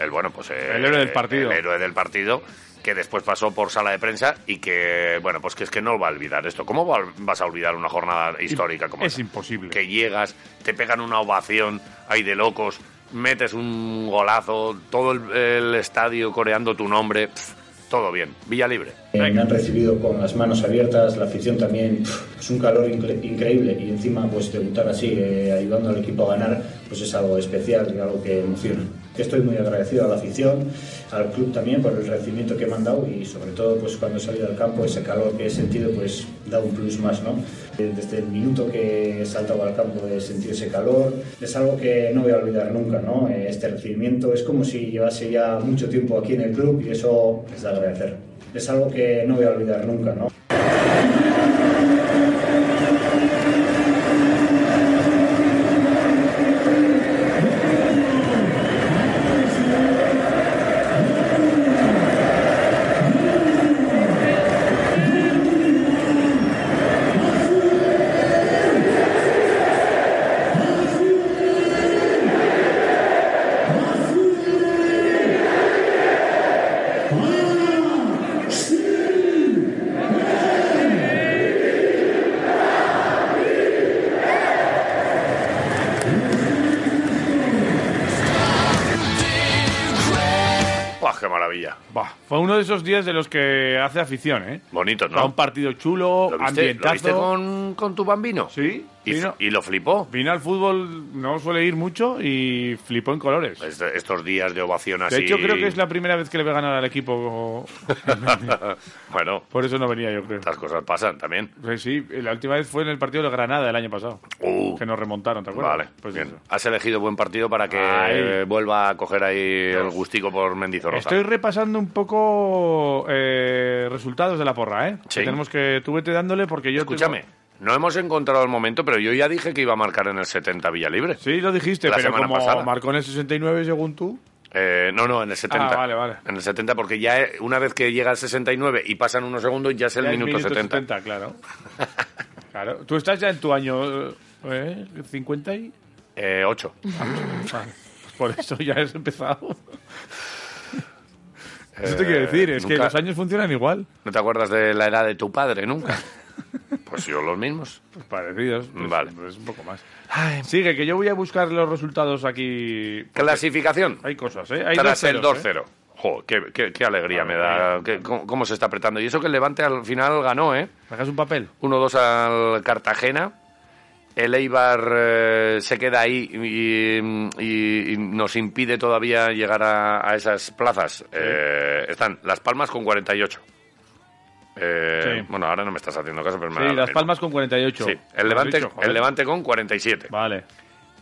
el, bueno, pues, eh,
El héroe del partido.
el héroe del partido, que después pasó por sala de prensa y que, bueno, pues que es que no va a olvidar esto. ¿Cómo va- vas a olvidar una jornada histórica como
Es
esa?
imposible.
Que llegas, te pegan una ovación, hay de locos, metes un golazo, todo el, el estadio coreando tu nombre, pf, todo bien. Villalibre.
Eh, me han recibido con las manos abiertas, la afición también, pf, es un calor incre- increíble y encima pues debutar así, eh, ayudando al equipo a ganar, pues es algo especial y algo que emociona. Que Estoy muy agradecido a la afición, al club también por el recibimiento que me han dado y sobre todo pues cuando he salido al campo ese calor que he sentido pues da un plus más, ¿no? Eh, Desde el minuto que he saltado al campo he sentido ese calor, es algo que no voy a olvidar nunca, ¿no? Eh, Este recibimiento es como si llevase ya mucho tiempo aquí en el club y eso es de agradecer es algo que no voy a olvidar nunca, ¿no?
¡Buah, qué maravilla!
Bah, fue uno de esos días de los que hace afición, ¿eh?
Bonito,
Para
¿no?
un partido chulo,
¿Lo viste,
ambientazo.
¿Lo viste con, con tu bambino?
Sí,
Y,
vino.
y lo flipó.
Vino al fútbol, no suele ir mucho y flipó en colores.
Est- Estos días de ovación
De
Pues, así.
hecho, creo que es la primera vez que le voy a ganar al equipo.
<laughs>
<laughs>
bueno,
Por eso no venía, yo creo.
estas cosas pasan también.
Pues sí, la última vez fue en el partido de Granada del año pasado.
Uh,
Que nos remontaron, ¿te acuerdas?
vale,
Pues
bien.
eso.
Has elegido buen partido para que
Ay.
eh, vuelva a coger ahí el gustico por Mendizorroza.
Estoy repasando un poco eh, resultados de la porra, ¿eh?
Sí.
Que tenemos que... Tú vete dándole porque yo... tengo-
Escúchame, no hemos encontrado el momento, pero yo ya dije que iba a marcar en el 70 Villalibre.
Sí, lo dijiste,
La
pero
semana
como
pasada.
marcó en el 69 según tú...
Eh, no, no, en el 70.
Ah, vale, vale.
En el 70, porque ya eh, una vez que llega el 69 y pasan unos segundos, ya es el
ya es
minuto, 70.
claro.
<laughs>
claro. Tú estás ya en tu año... ¿Eh? ¿50 y...?
Eh, 8.
Vale, pues por eso ya has
<laughs>
empezado. Eso te quiero decir, es que
Eh, nunca-
los años funcionan igual.
¿No te acuerdas de la edad de tu padre
<laughs>
nunca? Pues yo los mismos.
Pues parecidos. pues,
Vale.
pues un poco más. Sigue, que yo voy a buscar los resultados aquí.
Clasificación.
Hay cosas, ¿eh? Hay
Tras el
ceros, ¿eh? Ah,
2-0. Jo, qué, qué- qué alegría me da.
Alegría.
qué- cómo, cómo se está apretando. Y eso que el Levante al final ganó, ¿eh?
¿Me dejas un papel?
1-2 al Cartagena. El Eibar eh, se queda ahí y, y- y nos impide todavía llegar a, a esas plazas. Eh, están Las Palmas con 48. Eh,
Sí.
Bueno, ahora no me estás haciendo caso, pero me da
Sí,
lo
Las
mismo.
Palmas con 48. Lo
Sí, el
has
Levante,
dicho, joder.
el Levante con 47.
Vale.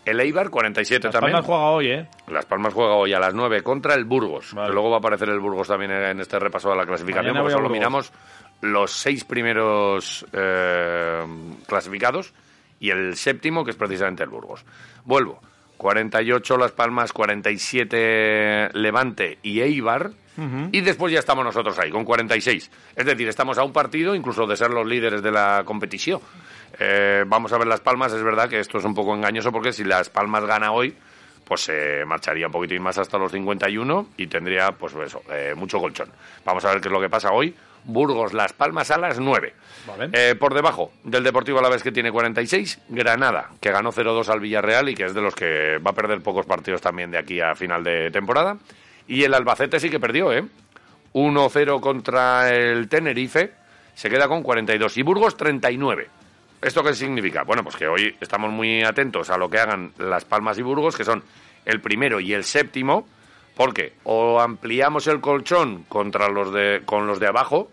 El Eibar 47
Las
también.
Palmas juega hoy, ¿eh?
Las Palmas juega hoy a las 9 contra el Burgos.
Vale.
que Luego va a aparecer el Burgos también en este repaso de la clasificación,
Mañana
porque
voy a
solo miramos
Burgos.
los seis primeros eh, clasificados y el séptimo, que es precisamente el Burgos. Vuelvo. 48 Las Palmas, 47 Levante y Eibar. Y después ya estamos nosotros ahí, con 46. Es decir, estamos a un partido, incluso de ser los líderes de la competición. Eh, vamos a ver Las Palmas, es verdad que esto es un poco engañoso porque si Las Palmas gana hoy, pues se marcharía un eh, poquitín más hasta los 51 y tendría, pues eso, eh, mucho colchón. Vamos a ver qué es lo que pasa hoy. Burgos, Las Palmas a las 9.
Vale.
Eh, por debajo del Deportivo Alavés que tiene 46, Granada, que ganó 0-2 al Villarreal y que es de los que va a perder pocos partidos también de aquí a final de temporada. Y el Albacete sí que perdió, ¿eh? 1-0 contra el Tenerife, se queda con 42 y Burgos 39. ¿Esto qué significa? Bueno, pues que hoy estamos muy atentos a lo que hagan Las Palmas y Burgos, que son el primero y el séptimo, porque o ampliamos el colchón contra los de, con los de abajo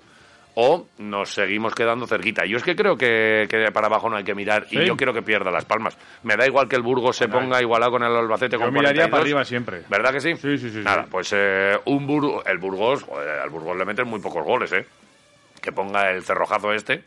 o nos seguimos quedando cerquita. Yo es que creo que, que para abajo no hay que mirar
Sí. eh,
y yo quiero que pierda Las Palmas. Me da igual que el Burgos se ponga igualado con el Albacete
Yo
con
miraría
42.
para arriba siempre.
¿Verdad que sí?
Sí, sí, sí,
Nada,
sí.
pues eh, un Burgos, el Burgos, joder, al Burgos le meten muy pocos goles, ¿eh? Que ponga el cerrojazo este.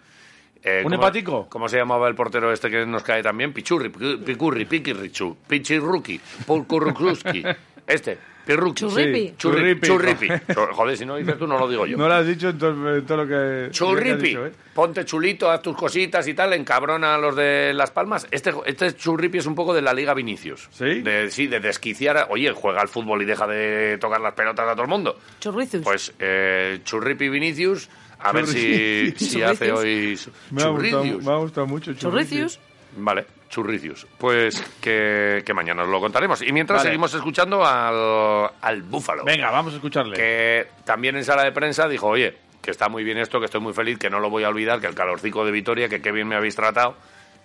Eh,
¿Un
¿cómo-
hepático?
¿Cómo se llamaba el portero este que nos cae también? Pichurri, Picu- Picurri, Piquirrichu, Pichirruki,
<laughs>
Polkurukruski. Este, Pirruki.
Churripi.
Sí,
Churri-
Churripi.
Churripi. Joder, si no dices tú, no lo digo yo.
No lo has dicho en todo, en todo lo que. lo que has
Churripi,
dicho, ¿eh?
ponte chulito, haz tus cositas y tal, encabrona a los de Las Palmas. Este, este Churripi es un poco de la Liga Vinicius.
¿Sí?
De, sí, de desquiciar. a- Oye, juega al fútbol y deja de tocar las pelotas a todo el mundo.
Churrizus.
Pues eh, Churripi Vinicius, a ver si,
Churrici.
si hace hoy. su-
Me ha, gustado,
Churricius.
me ha gustado mucho.
Churricius.
Vale, churricius. Pues que, que mañana os lo contaremos. Y mientras
Vale.
seguimos escuchando al, al Búfalo.
Venga, vamos a escucharle.
Que también en sala de prensa dijo, oye, que está muy bien esto, que estoy muy feliz, que no lo voy a olvidar, que el calorcico de Vitoria, que qué bien me habéis tratado,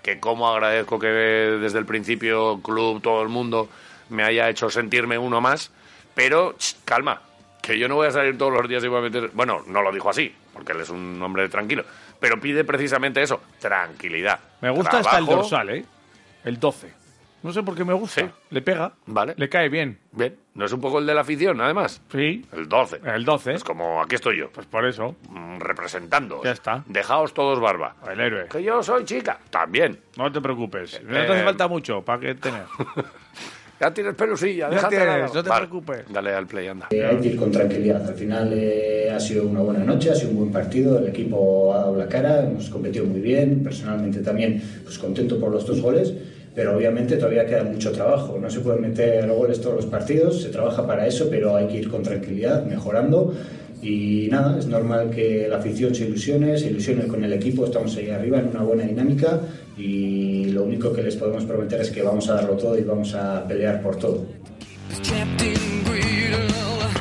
que cómo agradezco que desde el principio club, todo el mundo, me haya hecho sentirme uno más. Pero, ch, calma, que yo no voy a salir todos los días y voy a meter... Bueno, no lo dijo así, porque él es un hombre tranquilo. Pero pide precisamente eso, tranquilidad.
Me gusta hasta el
Trabajo,
dorsal, ¿eh? El 12. No sé por qué me gusta.
Sí.
Le pega.
Vale.
Le cae bien.
Bien, no es un poco el de la afición, además.
Sí.
El 12.
El 12.
Es como, aquí estoy yo, pues,
Por eso.
mm, representando.
Ya está.
Dejaos todos barba.
El héroe.
Que yo soy chica. También.
No te preocupes. No
Eh,
te hace falta mucho para que
<laughs>
tengas.
Ya tienes pelusilla,
Ya
déjate
tienes,
la barba.
no te
Vale,
preocupes.
Dale al play, anda.
Eh, hay que ir con tranquilidad. Al final eh, ha sido una buena noche, ha sido un buen partido, el equipo ha dado la cara, hemos competido muy bien, personalmente también pues contento por los dos goles, pero obviamente todavía queda mucho trabajo. No se pueden meter goles todos los partidos, se trabaja para eso, pero hay que ir con tranquilidad, mejorando. Y nada, es normal que la afición se ilusione, se ilusione con el equipo, estamos ahí arriba en una buena dinámica y lo único que les podemos prometer es que vamos a darlo todo y vamos a pelear por todo.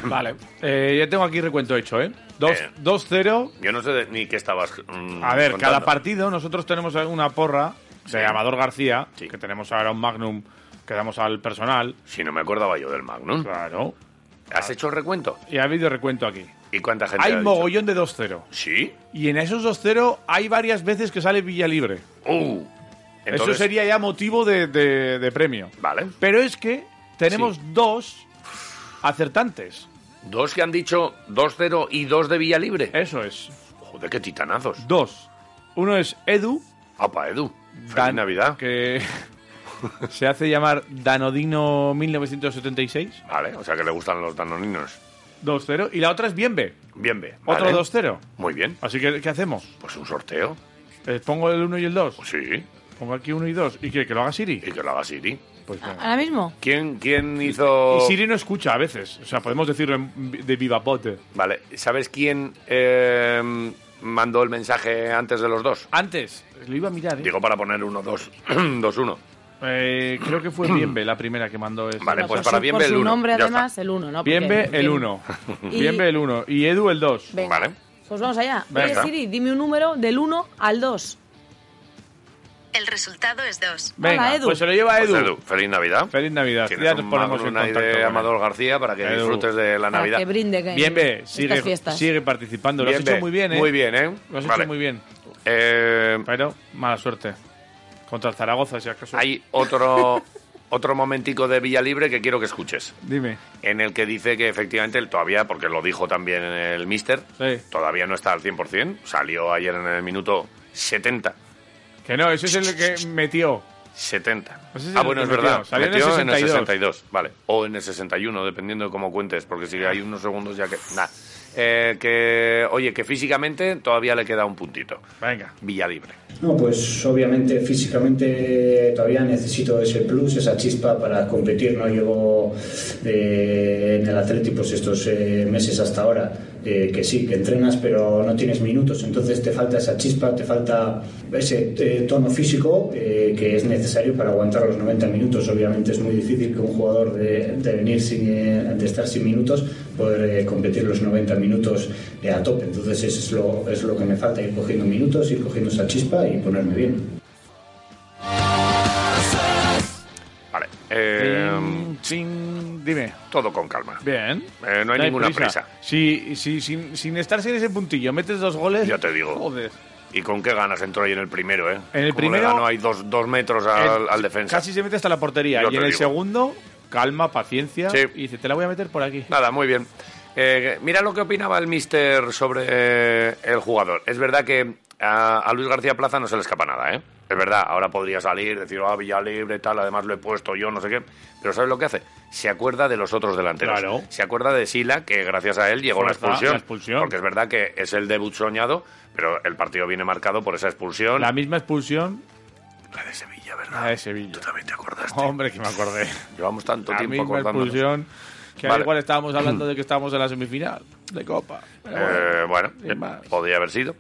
vale. Eh, ya tengo aquí recuento hecho, ¿eh? Dos-
Eh.
2-0.
Yo no sé de- ni qué estabas. mm,
A ver,
contando.
cada partido nosotros tenemos una porra de
Sí.
Amador García,
Sí.
que tenemos ahora un Magnum que damos al personal.
Si no me acordaba yo del Magnum.
Claro.
¿Has hecho el recuento?
Y ha habido recuento aquí.
¿Y cuánta gente
Hay
ha dicho?
mogollón de 2-0.
¿Sí?
Y en esos 2-0 hay varias veces que sale Villa Libre.
Uh. Entonces,
Eso sería ya motivo de, de- de premio.
Vale.
Pero es que tenemos dos acertantes.
Dos que han dicho 2-0 y dos de Villa Libre.
Eso es.
Joder, qué titanazos.
Dos. Uno es Edu.
Apa, Edu. Feliz
Dan-
Navidad.
Que <laughs> se hace llamar Danodino 1976.
Vale, o sea que le gustan los danoninos.
2-0. Y la otra es Bienve.
Bien, bien.
Otro
vale.
2-0.
Muy bien.
Así que, ¿qué hacemos?
Pues un sorteo.
Eh, ¿Pongo el 1 y el 2?
Pues sí.
Pongo aquí 1 y 2. ¿Y qué? ¿Que lo haga Siri?
Y que lo haga Siri.
Pues venga.
¿Ahora mismo?
¿Quién, quién hizo...?
Y Siri no escucha a veces. O sea, podemos decirlo en- de viva bote.
Vale, ¿sabes quién eh, mandó el mensaje antes de los dos?
Antes, lo iba a mirar, ¿eh?
Digo para poner uno, dos, <clears throat> dos, uno.
Eh, creo que fue
<clears throat>
Bienve la primera que mandó eso.
Vale, pues
por
para
su-
Bienve
por
el
su
uno,
nombre,
ya
además, el 1, ¿no? Porque-
Bienve
porque-
el 1.
Y-
Bienve el 1. Y Edu el 2.
Venga.
Vale.
Pues vamos allá.
Venga.
Oye, Siri, dime un número del 1 al 2.
El resultado es 2.
Venga,
Hola, Edu.
pues se lo lleva
Pues
Edu.
Edu, feliz Navidad.
Feliz Navidad.
Tienes
Ya
un
nos ponemos
Magnum
en
ahí
contacto.
de
con él.
Amador García para que
Edu.
disfrutes de la
Para
Navidad.
que brinde que-
Bienve,
estas
sigue,
fiestas.
sigue participando. Lo has
Bienve,
hecho muy bien, ¿eh?
Muy bien, ¿eh?
Lo has
Vale.
hecho muy bien.
Eh,
Pero mala suerte. Contra el Zaragoza, si acaso.
hay otro, otro momentico de Villa Libre que quiero que escuches.
Dime.
en el que dice que efectivamente él todavía, porque lo dijo también el mister,
Sí.
todavía no está al 100%, salió ayer en el minuto 70.
Que no, ese es el que metió.
70.
No sé si
ah, bueno, es
metió,
verdad.
salió en el
metió en el
62.
62, vale. O en el 61, dependiendo de cómo cuentes, porque si hay unos segundos ya que... Nah. Eh, que, oye, que físicamente todavía le queda un puntito.
Venga.
Villa Libre.
No, pues obviamente físicamente todavía necesito ese plus, esa chispa para competir. No llevo eh, en el Atleti pues estos eh, meses hasta ahora eh, que sí, que entrenas pero no tienes minutos. Entonces te falta esa chispa, te falta ese eh, tono físico eh, que es necesario para aguantar los 90 minutos. Obviamente es muy difícil que un jugador de, de venir sin, eh, de estar sin minutos poder eh, competir los 90 minutos eh, a tope. Entonces eso es lo, es lo que me falta, ir cogiendo minutos, ir cogiendo esa chispa y ponerme bien.
Vale. Eh,
Chin, chin, dime.
todo con calma.
Bien.
Eh, no hay ninguna prisa.
Si, si- sin, sin estar sin ese puntillo metes dos goles.
Ya te digo.
Joder.
¿Y con qué ganas entró ahí en el primero, eh?
En el
Como le
primero-
ganó ahí dos, dos metros al, al defensa.
Casi se mete hasta la portería.
Yo
y
te
en el
digo.
segundo, calma, paciencia.
Sí.
Y dice, te la voy a meter por aquí.
Nada, muy bien. Eh, mira lo que opinaba el mister sobre eh, el jugador. Es verdad que a, a Luis García Plaza no se le escapa nada, ¿eh? Es verdad, ahora podría salir, decir, ah, Villa Libre, tal, además lo he puesto yo, no sé qué. Pero ¿sabes lo que hace? Se acuerda de los otros delanteros.
Claro.
Se acuerda de Sila, que gracias a él llegó la
Fuerza,
expulsión.
la expulsión.
Porque es verdad que es el debut soñado, pero el partido viene marcado por esa expulsión.
La misma expulsión,
La de Sevilla, ¿verdad?
la de Sevilla.
Tú también te acordaste.
Hombre, que me acordé.
Llevamos tanto
La
tiempo
misma
acordándonos.
expulsión que al
Vale.
igual estábamos hablando
<clears throat>
de que estábamos en la semifinal de Copa. Pero bueno.
Eh, bueno,
sin más.
podría haber sido.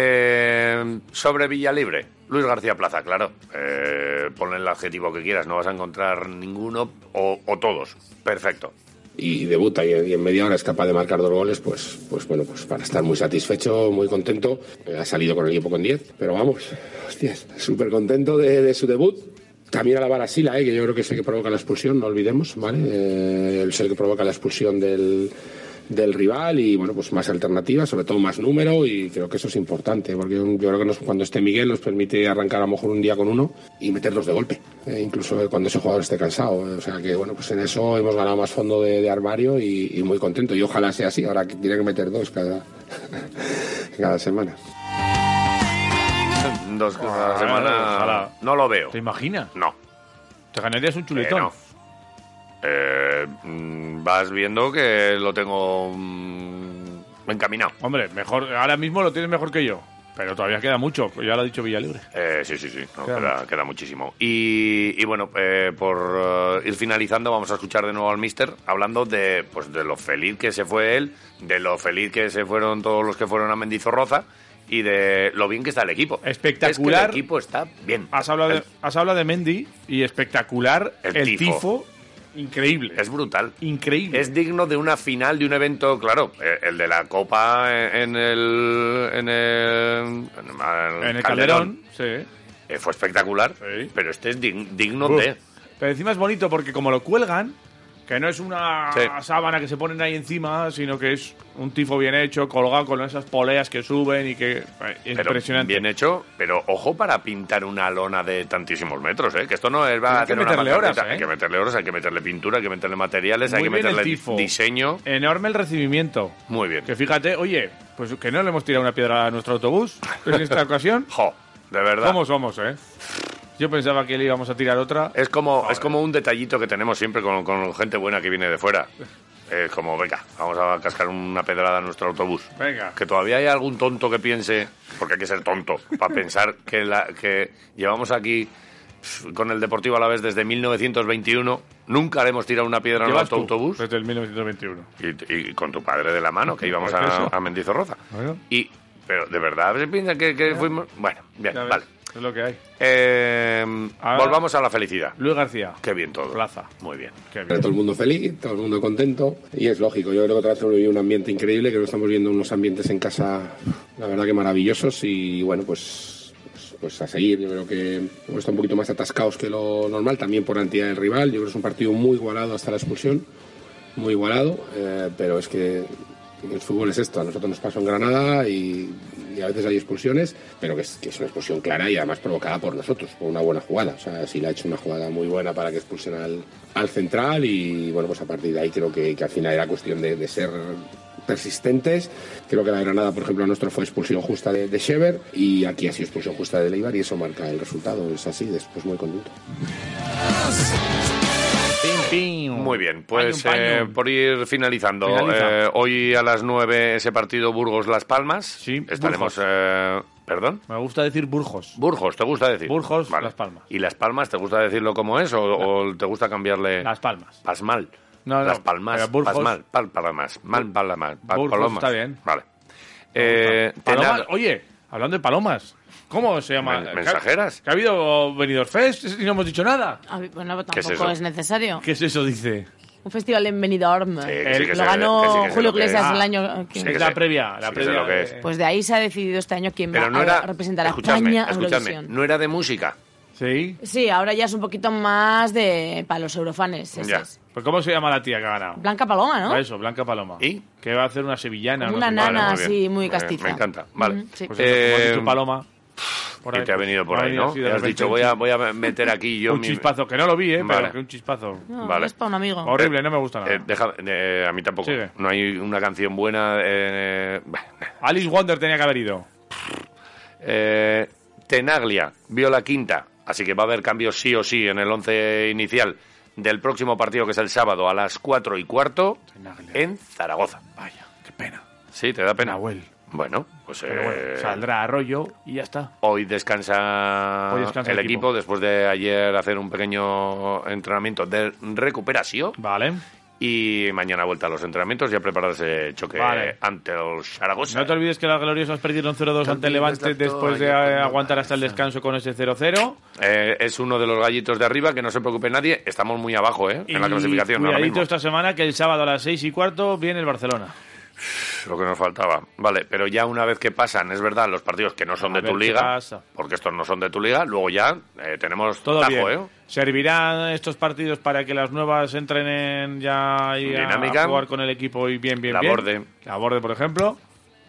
Eh, sobre Villalibre, Luis García Plaza, claro. Eh, ponle el adjetivo que quieras, no vas a encontrar ninguno o, o todos. Perfecto. <laughs>
y debuta y, y en media hora es capaz de marcar dos goles, pues, pues bueno, pues para estar muy satisfecho, muy contento. Eh, ha salido con el equipo con 10, pero vamos, hostias, súper contento de, de su debut. También alabar a Sila, eh, que yo creo que es el que provoca la expulsión, no olvidemos, ¿vale? Eh, él es el que provoca la expulsión del, del rival y bueno, pues más alternativas, sobre todo más número y creo que eso es importante, porque yo creo que nos- cuando esté Miguel nos permite arrancar a lo mejor un día con uno y meterlos de golpe, eh, incluso cuando ese jugador esté cansado. eh, o sea que bueno, pues en eso hemos ganado más fondo de, de armario y, y muy contento y ojalá sea así, ahora que tiene que meter dos cada, <laughs> cada semana.
Dos cosas a la
Ah,
semana.
ojalá.
No lo veo.
¿Te imaginas?
No.
Te ganarías un
eh,
chuletón.
no. Eh, mm, vas viendo que lo tengo mm, encaminado.
Hombre, mejor, ahora mismo lo tienes mejor que yo. Pero todavía queda mucho, ya lo ha dicho Villalibre.
Eh, sí, sí, sí, no,
Queda
queda, queda, muchísimo. Y, y bueno, eh, por eh, ir finalizando, vamos a escuchar de nuevo al Mister hablando de, pues, de lo feliz que se fue él, de lo feliz que se fueron todos los que fueron a Mendizorroza y de lo bien que está el equipo.
Espectacular.
Es que el equipo está bien.
Has hablado, de,
Es-
has hablado de Mendy y espectacular. El,
El
tifo.
tifo.
Increíble.
Es brutal.
increíble.
Es digno de una final, de un evento, claro, eh, el de la Copa en el... En el,
en el Calderón. Sí.
eh, fue espectacular,
Sí.
pero este es dig- digno
Uf.
de...
Pero encima es bonito porque como lo cuelgan, que no es una
Sí.
sábana que se ponen ahí encima, sino que es un tifo bien hecho, colgado con esas poleas que suben y que... eh, Es
Pero
impresionante.
Bien hecho, pero ojo para pintar una lona de tantísimos metros, ¿eh? Que esto no es. Va
Hay
a
que
hacer una
meterle
maqueta.
horas, ¿eh?
Hay que meterle horas, hay que meterle pintura, hay que meterle materiales, hay
Muy
que
bien el
meterle
tifo.
diseño.
Enorme el recibimiento.
Muy bien.
Que fíjate, oye, pues que no le hemos tirado una piedra a nuestro autobús en esta
<laughs>
ocasión.
Jo, de verdad.
¿Cómo somos, eh? Yo pensaba que le íbamos a tirar otra.
Es como, es como un detallito que tenemos siempre con, con gente buena que viene de fuera. Es como, venga, vamos a cascar una pedrada a nuestro autobús.
Venga.
Que todavía hay algún tonto que piense, porque hay que ser tonto, para pensar que, la, que llevamos aquí pf, con el Deportivo a la vez desde 1921, nunca le hemos tirado una piedra a
Llevas
nuestro
tú Pues-
autobús.
Desde el 1921.
Y, y con tu padre de la mano, que íbamos
Pues eso.
a, a Mendizorroza.
Bueno.
Y, pero de verdad, ¿se piensa que, que fuimos? Bueno, bien,
Ya ves,
vale.
Es lo que hay.
Eh,
Ahora-
volvamos a la felicidad.
Luis García.
Qué bien todo.
Plaza.
Muy bien.
Qué bien.
Pero todo el mundo feliz, todo el mundo contento y es lógico. Yo creo que otra vez hemos vivido un ambiente increíble, que estamos viendo unos ambientes en casa, la verdad que maravillosos y bueno, pues, pues, pues a seguir. Yo creo que hemos estado un poquito más atascados que lo normal, también por la entidad del rival. Yo creo que es un partido muy igualado hasta la expulsión, muy igualado, eh, pero es que el fútbol es esto. A nosotros nos pasó en Granada y, y a veces hay expulsiones, pero que es, que es una expulsión clara y además provocada por nosotros, por una buena jugada. O sea, sí le ha hecho una jugada muy buena para que expulsen al, al central y bueno, pues a partir de ahí creo que, que al final era cuestión de, de ser persistentes. Creo que la Granada, por ejemplo, a nuestro fue expulsión justa de, de Shever y aquí ha sido expulsión justa de Leibar y eso marca el resultado. Es así, después muy contento.
Muy bien, pues
Paño, paño.
eh, por ir finalizando,
Finaliza.
eh, hoy a las 9 ese partido Burgos-Las Palmas.
Sí,
estaremos.
Burgos.
eh, ¿Perdón?
Me gusta decir Burgos.
Burgos, ¿te gusta decir?
Burgos, Las Palmas.
¿Y Las Palmas, te gusta decirlo como es o, o te gusta cambiarle.
Las Palmas.
Pasmal.
No, no,
Las Palmas.
pero Burgos-
Pasmal. Pal Palamas. Mal Palamas. Pal
Burgos
Palomas.
está bien.
Vale. Eh,
Palomas,
Tenar-
oye, hablando de palomas, ¿cómo se llama?
Men- mensajeras.
¿Que, ha habido Venidor Fest y no hemos dicho nada?
A ver, Bueno,
¿Qué es
tampoco
eso?
es, necesario.
¿Qué es eso, dice?
Un festival en Benidorm.
Sí, que
El-
sí, que
lo
sé-
lo ganó
que sí, que sé
Julio
lo que es.
Iglesias
Ah,
el año... que-
Sí, que
es la
sé.
previa, la
Sí que sé
previa.
lo que
de-
es.
Pues de ahí se ha decidido este año quién
Pero
va
no
a
era.
representar a
escuchadme,
España a
escuchadme.
Eurovisión.
No era de música.
Sí.
Sí, ahora ya es un poquito más de para los eurofanes. ese
Ya.
es.
Pues ¿Cómo se llama la tía que ha ganado?
Blanca Paloma, ¿no?
Para Eso, Blanca Paloma.
¿Y?
Que va a hacer una sevillana.
Como
no
una
sé.
nana
Vale,
así,
bien.
muy
Eh,
castiza.
Me encanta. Vale.
Mm, sí.
Pues eso, como has
Eh,
dicho Paloma. por
que
ahí,
te ha
pues,
venido por ahí,
ha
¿no?
sido de
Has
repente
dicho,
un
voy a,
chis-
voy a meter aquí yo
un
mi-
chispazo, que no lo vi, ¿eh?
Vale.
Pero que un chispazo.
No,
Vale.
es para un amigo.
Horrible, no me gusta nada.
Eh, deja- eh, a mí tampoco.
Sigue.
No hay una canción buena. Eh, bah,
Alice Wonder tenía que haber ido.
eh, Tenaglia vio la quinta, así que va a haber cambios sí o sí en el once inicial del próximo partido, que es el sábado a las 4 y cuarto
Tenaglia.
en Zaragoza.
Vaya, qué pena.
Sí, te da pena.
Nahuel.
Bueno, pues
Pero
eh,
bueno, saldrá Arroyo y ya está.
hoy, descansa
Hoy descansa
el
el
equipo
equipo.
después de ayer hacer un pequeño entrenamiento de recuperación.
Vale.
Y mañana vuelta a los entrenamientos y a preparar ese choque
Vale.
ante el Zaragoza.
No te olvides que las gloriosas perdieron 0-2 ante el Levante después de eh, aguantar hasta el descanso con ese 0-0.
Eh, es uno de los gallitos de arriba, que no se preocupe nadie. Estamos muy abajo, ¿eh? En la
Y
clasificación ahora
Cuidadito
mismo.
esta semana que el sábado a las 6 y cuarto viene el Barcelona.
Lo que nos faltaba. Vale, pero ya una vez que pasan, es verdad, los partidos que no son
A
de
ver
tu
qué
liga,
pasa.
porque estos no son de tu liga, luego ya eh, tenemos
Todo
tajo,
bien.
¿eh?
¿Servirán estos partidos para que las nuevas entrenen ya y a
Dinámica.
jugar con el equipo y bien, bien,
La
bien?
Borde.
La borde, por ejemplo.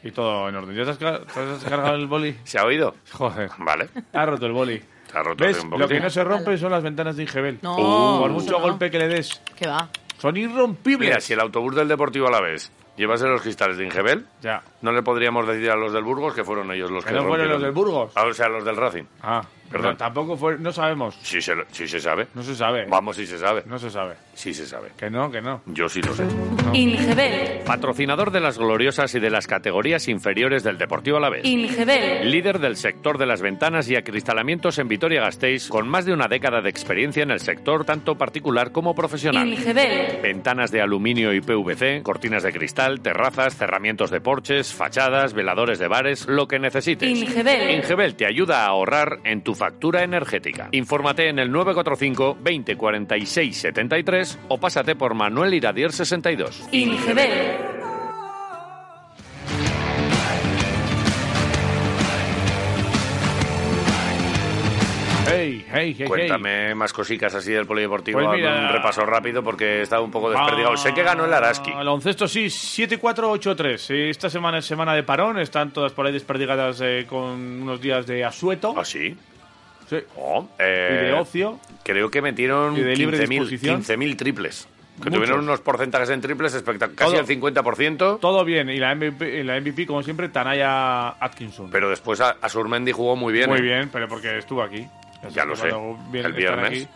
Y todo en orden. ¿Ya te has, ca- te has cargado el boli?
¿Se ha oído?
Joder, <laughs>
Vale.
ha roto el boli.
Se ha roto
¿Ves?
hace un
Lo que
poquitín.
no se rompe son las ventanas de Ingebel.
No.
Uh.
Por mucho
No.
golpe que le des.
Que va.
Son irrompibles.
Mira, si el autobús del Deportivo a la vez llevase los cristales de Ingebel,
Ya.
no le podríamos decir a los del Burgos que fueron ellos los que,
Que no fueron
rompieron.
los del Burgos.
Ah, o sea, los del Racing.
Ah,
Perdón.
no, tampoco fue. No sabemos.
Sí se, lo- sí se sabe.
No se sabe.
Vamos, sí se sabe.
No se sabe.
Sí se sabe.
Que no, que no.
Yo sí lo sé.
Ingebel,
Patrocinador de las gloriosas y de las categorías inferiores del Deportivo Alavés.
Ingebel,
Líder del sector de las ventanas y acristalamientos en Vitoria-Gasteiz, con más de una década de experiencia en el sector tanto particular como profesional.
Ingebel,
Ventanas de aluminio y PVC, cortinas de cristal, terrazas, cerramientos de porches, fachadas, veladores de bares, lo que necesites.
Ingebel.
Ingebel te ayuda a ahorrar en tu factura energética. Infórmate en el 945 20 46 73 o pásate por Manuel Iradier 62.
Ingebel,
Hey, hey, hey, hey.
Cuéntame más cositas así del polideportivo.
Pues
hazme
mira-
un repaso rápido porque estaba un poco desperdigado. Pues sé que ganó el Araski.
Ah, Baloncesto sí, 7-4-8-3. Esta semana es semana de parón, están todas por ahí desperdigadas eh, con unos días de asueto
¿Ah, sí?
Sí.
Oh,
y
eh,
de ocio.
Creo que metieron
Y de libre
15.000
disposición.
15.000 triples. Que
Muchos.
tuvieron unos porcentajes en triples espectaculares, casi
Todo.
el 50%.
Todo bien, y la MVP, y la MVP como siempre, Tanaya Atkinson.
Pero después a, Surmendi jugó muy bien.
Muy
¿eh?
bien, pero porque estuvo aquí.
Ya lo sé,
Cuando
el
viene- están
viernes.
aquí.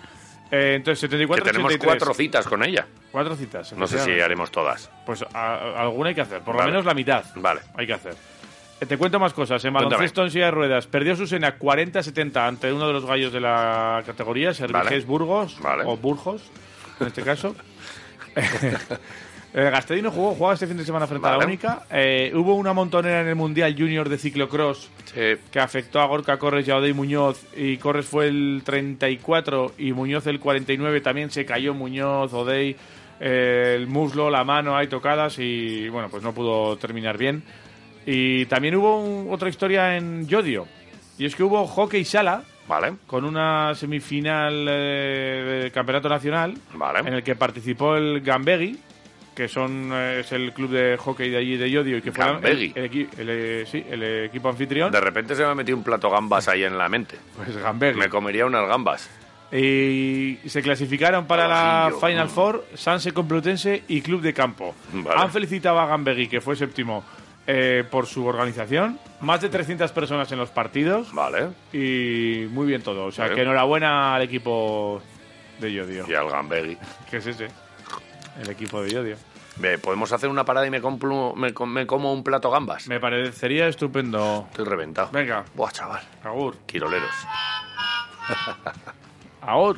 Eh, entonces, 74
Que tenemos cuatro citas con ella.
cuatro citas.
No sé si
efectivamente.
haremos todas.
Pues a- alguna hay que hacer, por
Vale.
lo menos la mitad.
Vale.
Hay que hacer. Eh, Te cuento más cosas. En
Cuéntame.
baloncesto en silla de ruedas perdió Susena 40-70 ante uno de los gallos de la categoría, Servigés
Vale.
Burgos,
Vale.
o Burgos, en este caso. <laughs> El Gastedino jugó, jugaba este fin de semana frente a
Vale.
la única. Eh, hubo una montonera en el Mundial Junior de Ciclocross
Sí.
que afectó a Gorka Corres y a Odey Muñoz. Y Corres fue el 34 y Muñoz el 49. También se cayó Muñoz, Odey, eh, el muslo, la mano, hay tocadas y bueno, pues no pudo terminar bien. Y también hubo un- otra historia en Yodio. Y es que hubo hockey sala
Vale.
con una semifinal eh, de campeonato nacional
Vale.
en el que participó el Gambegui que son eh, es el club de hockey de allí de Yodio y que fue la-
Gambegui.
el, el equi- el, eh, sí, el equipo anfitrión
De repente se me ha metido un plato gambas ahí en la mente.
pues Gambegui
Me comería unas gambas.
Y se clasificaron para la
Abajillo.
Final Four Sanse Complutense y Club de Campo.
Vale.
Han felicitado a Gambegui, que fue séptimo, eh, por su organización. Más de 300 personas en los partidos.
Vale.
Y muy bien todo. O sea,
Vale.
que enhorabuena al equipo de Yodio.
Y al Gambegui.
¿Qué es ese? El equipo de Yodio.
Ve, Podemos hacer una parada y me, compro- me, com- me como un plato gambas.
Me parecería estupendo.
Estoy reventado.
Venga.
Buah, chaval.
Agur.
Quiroleros.
Agur.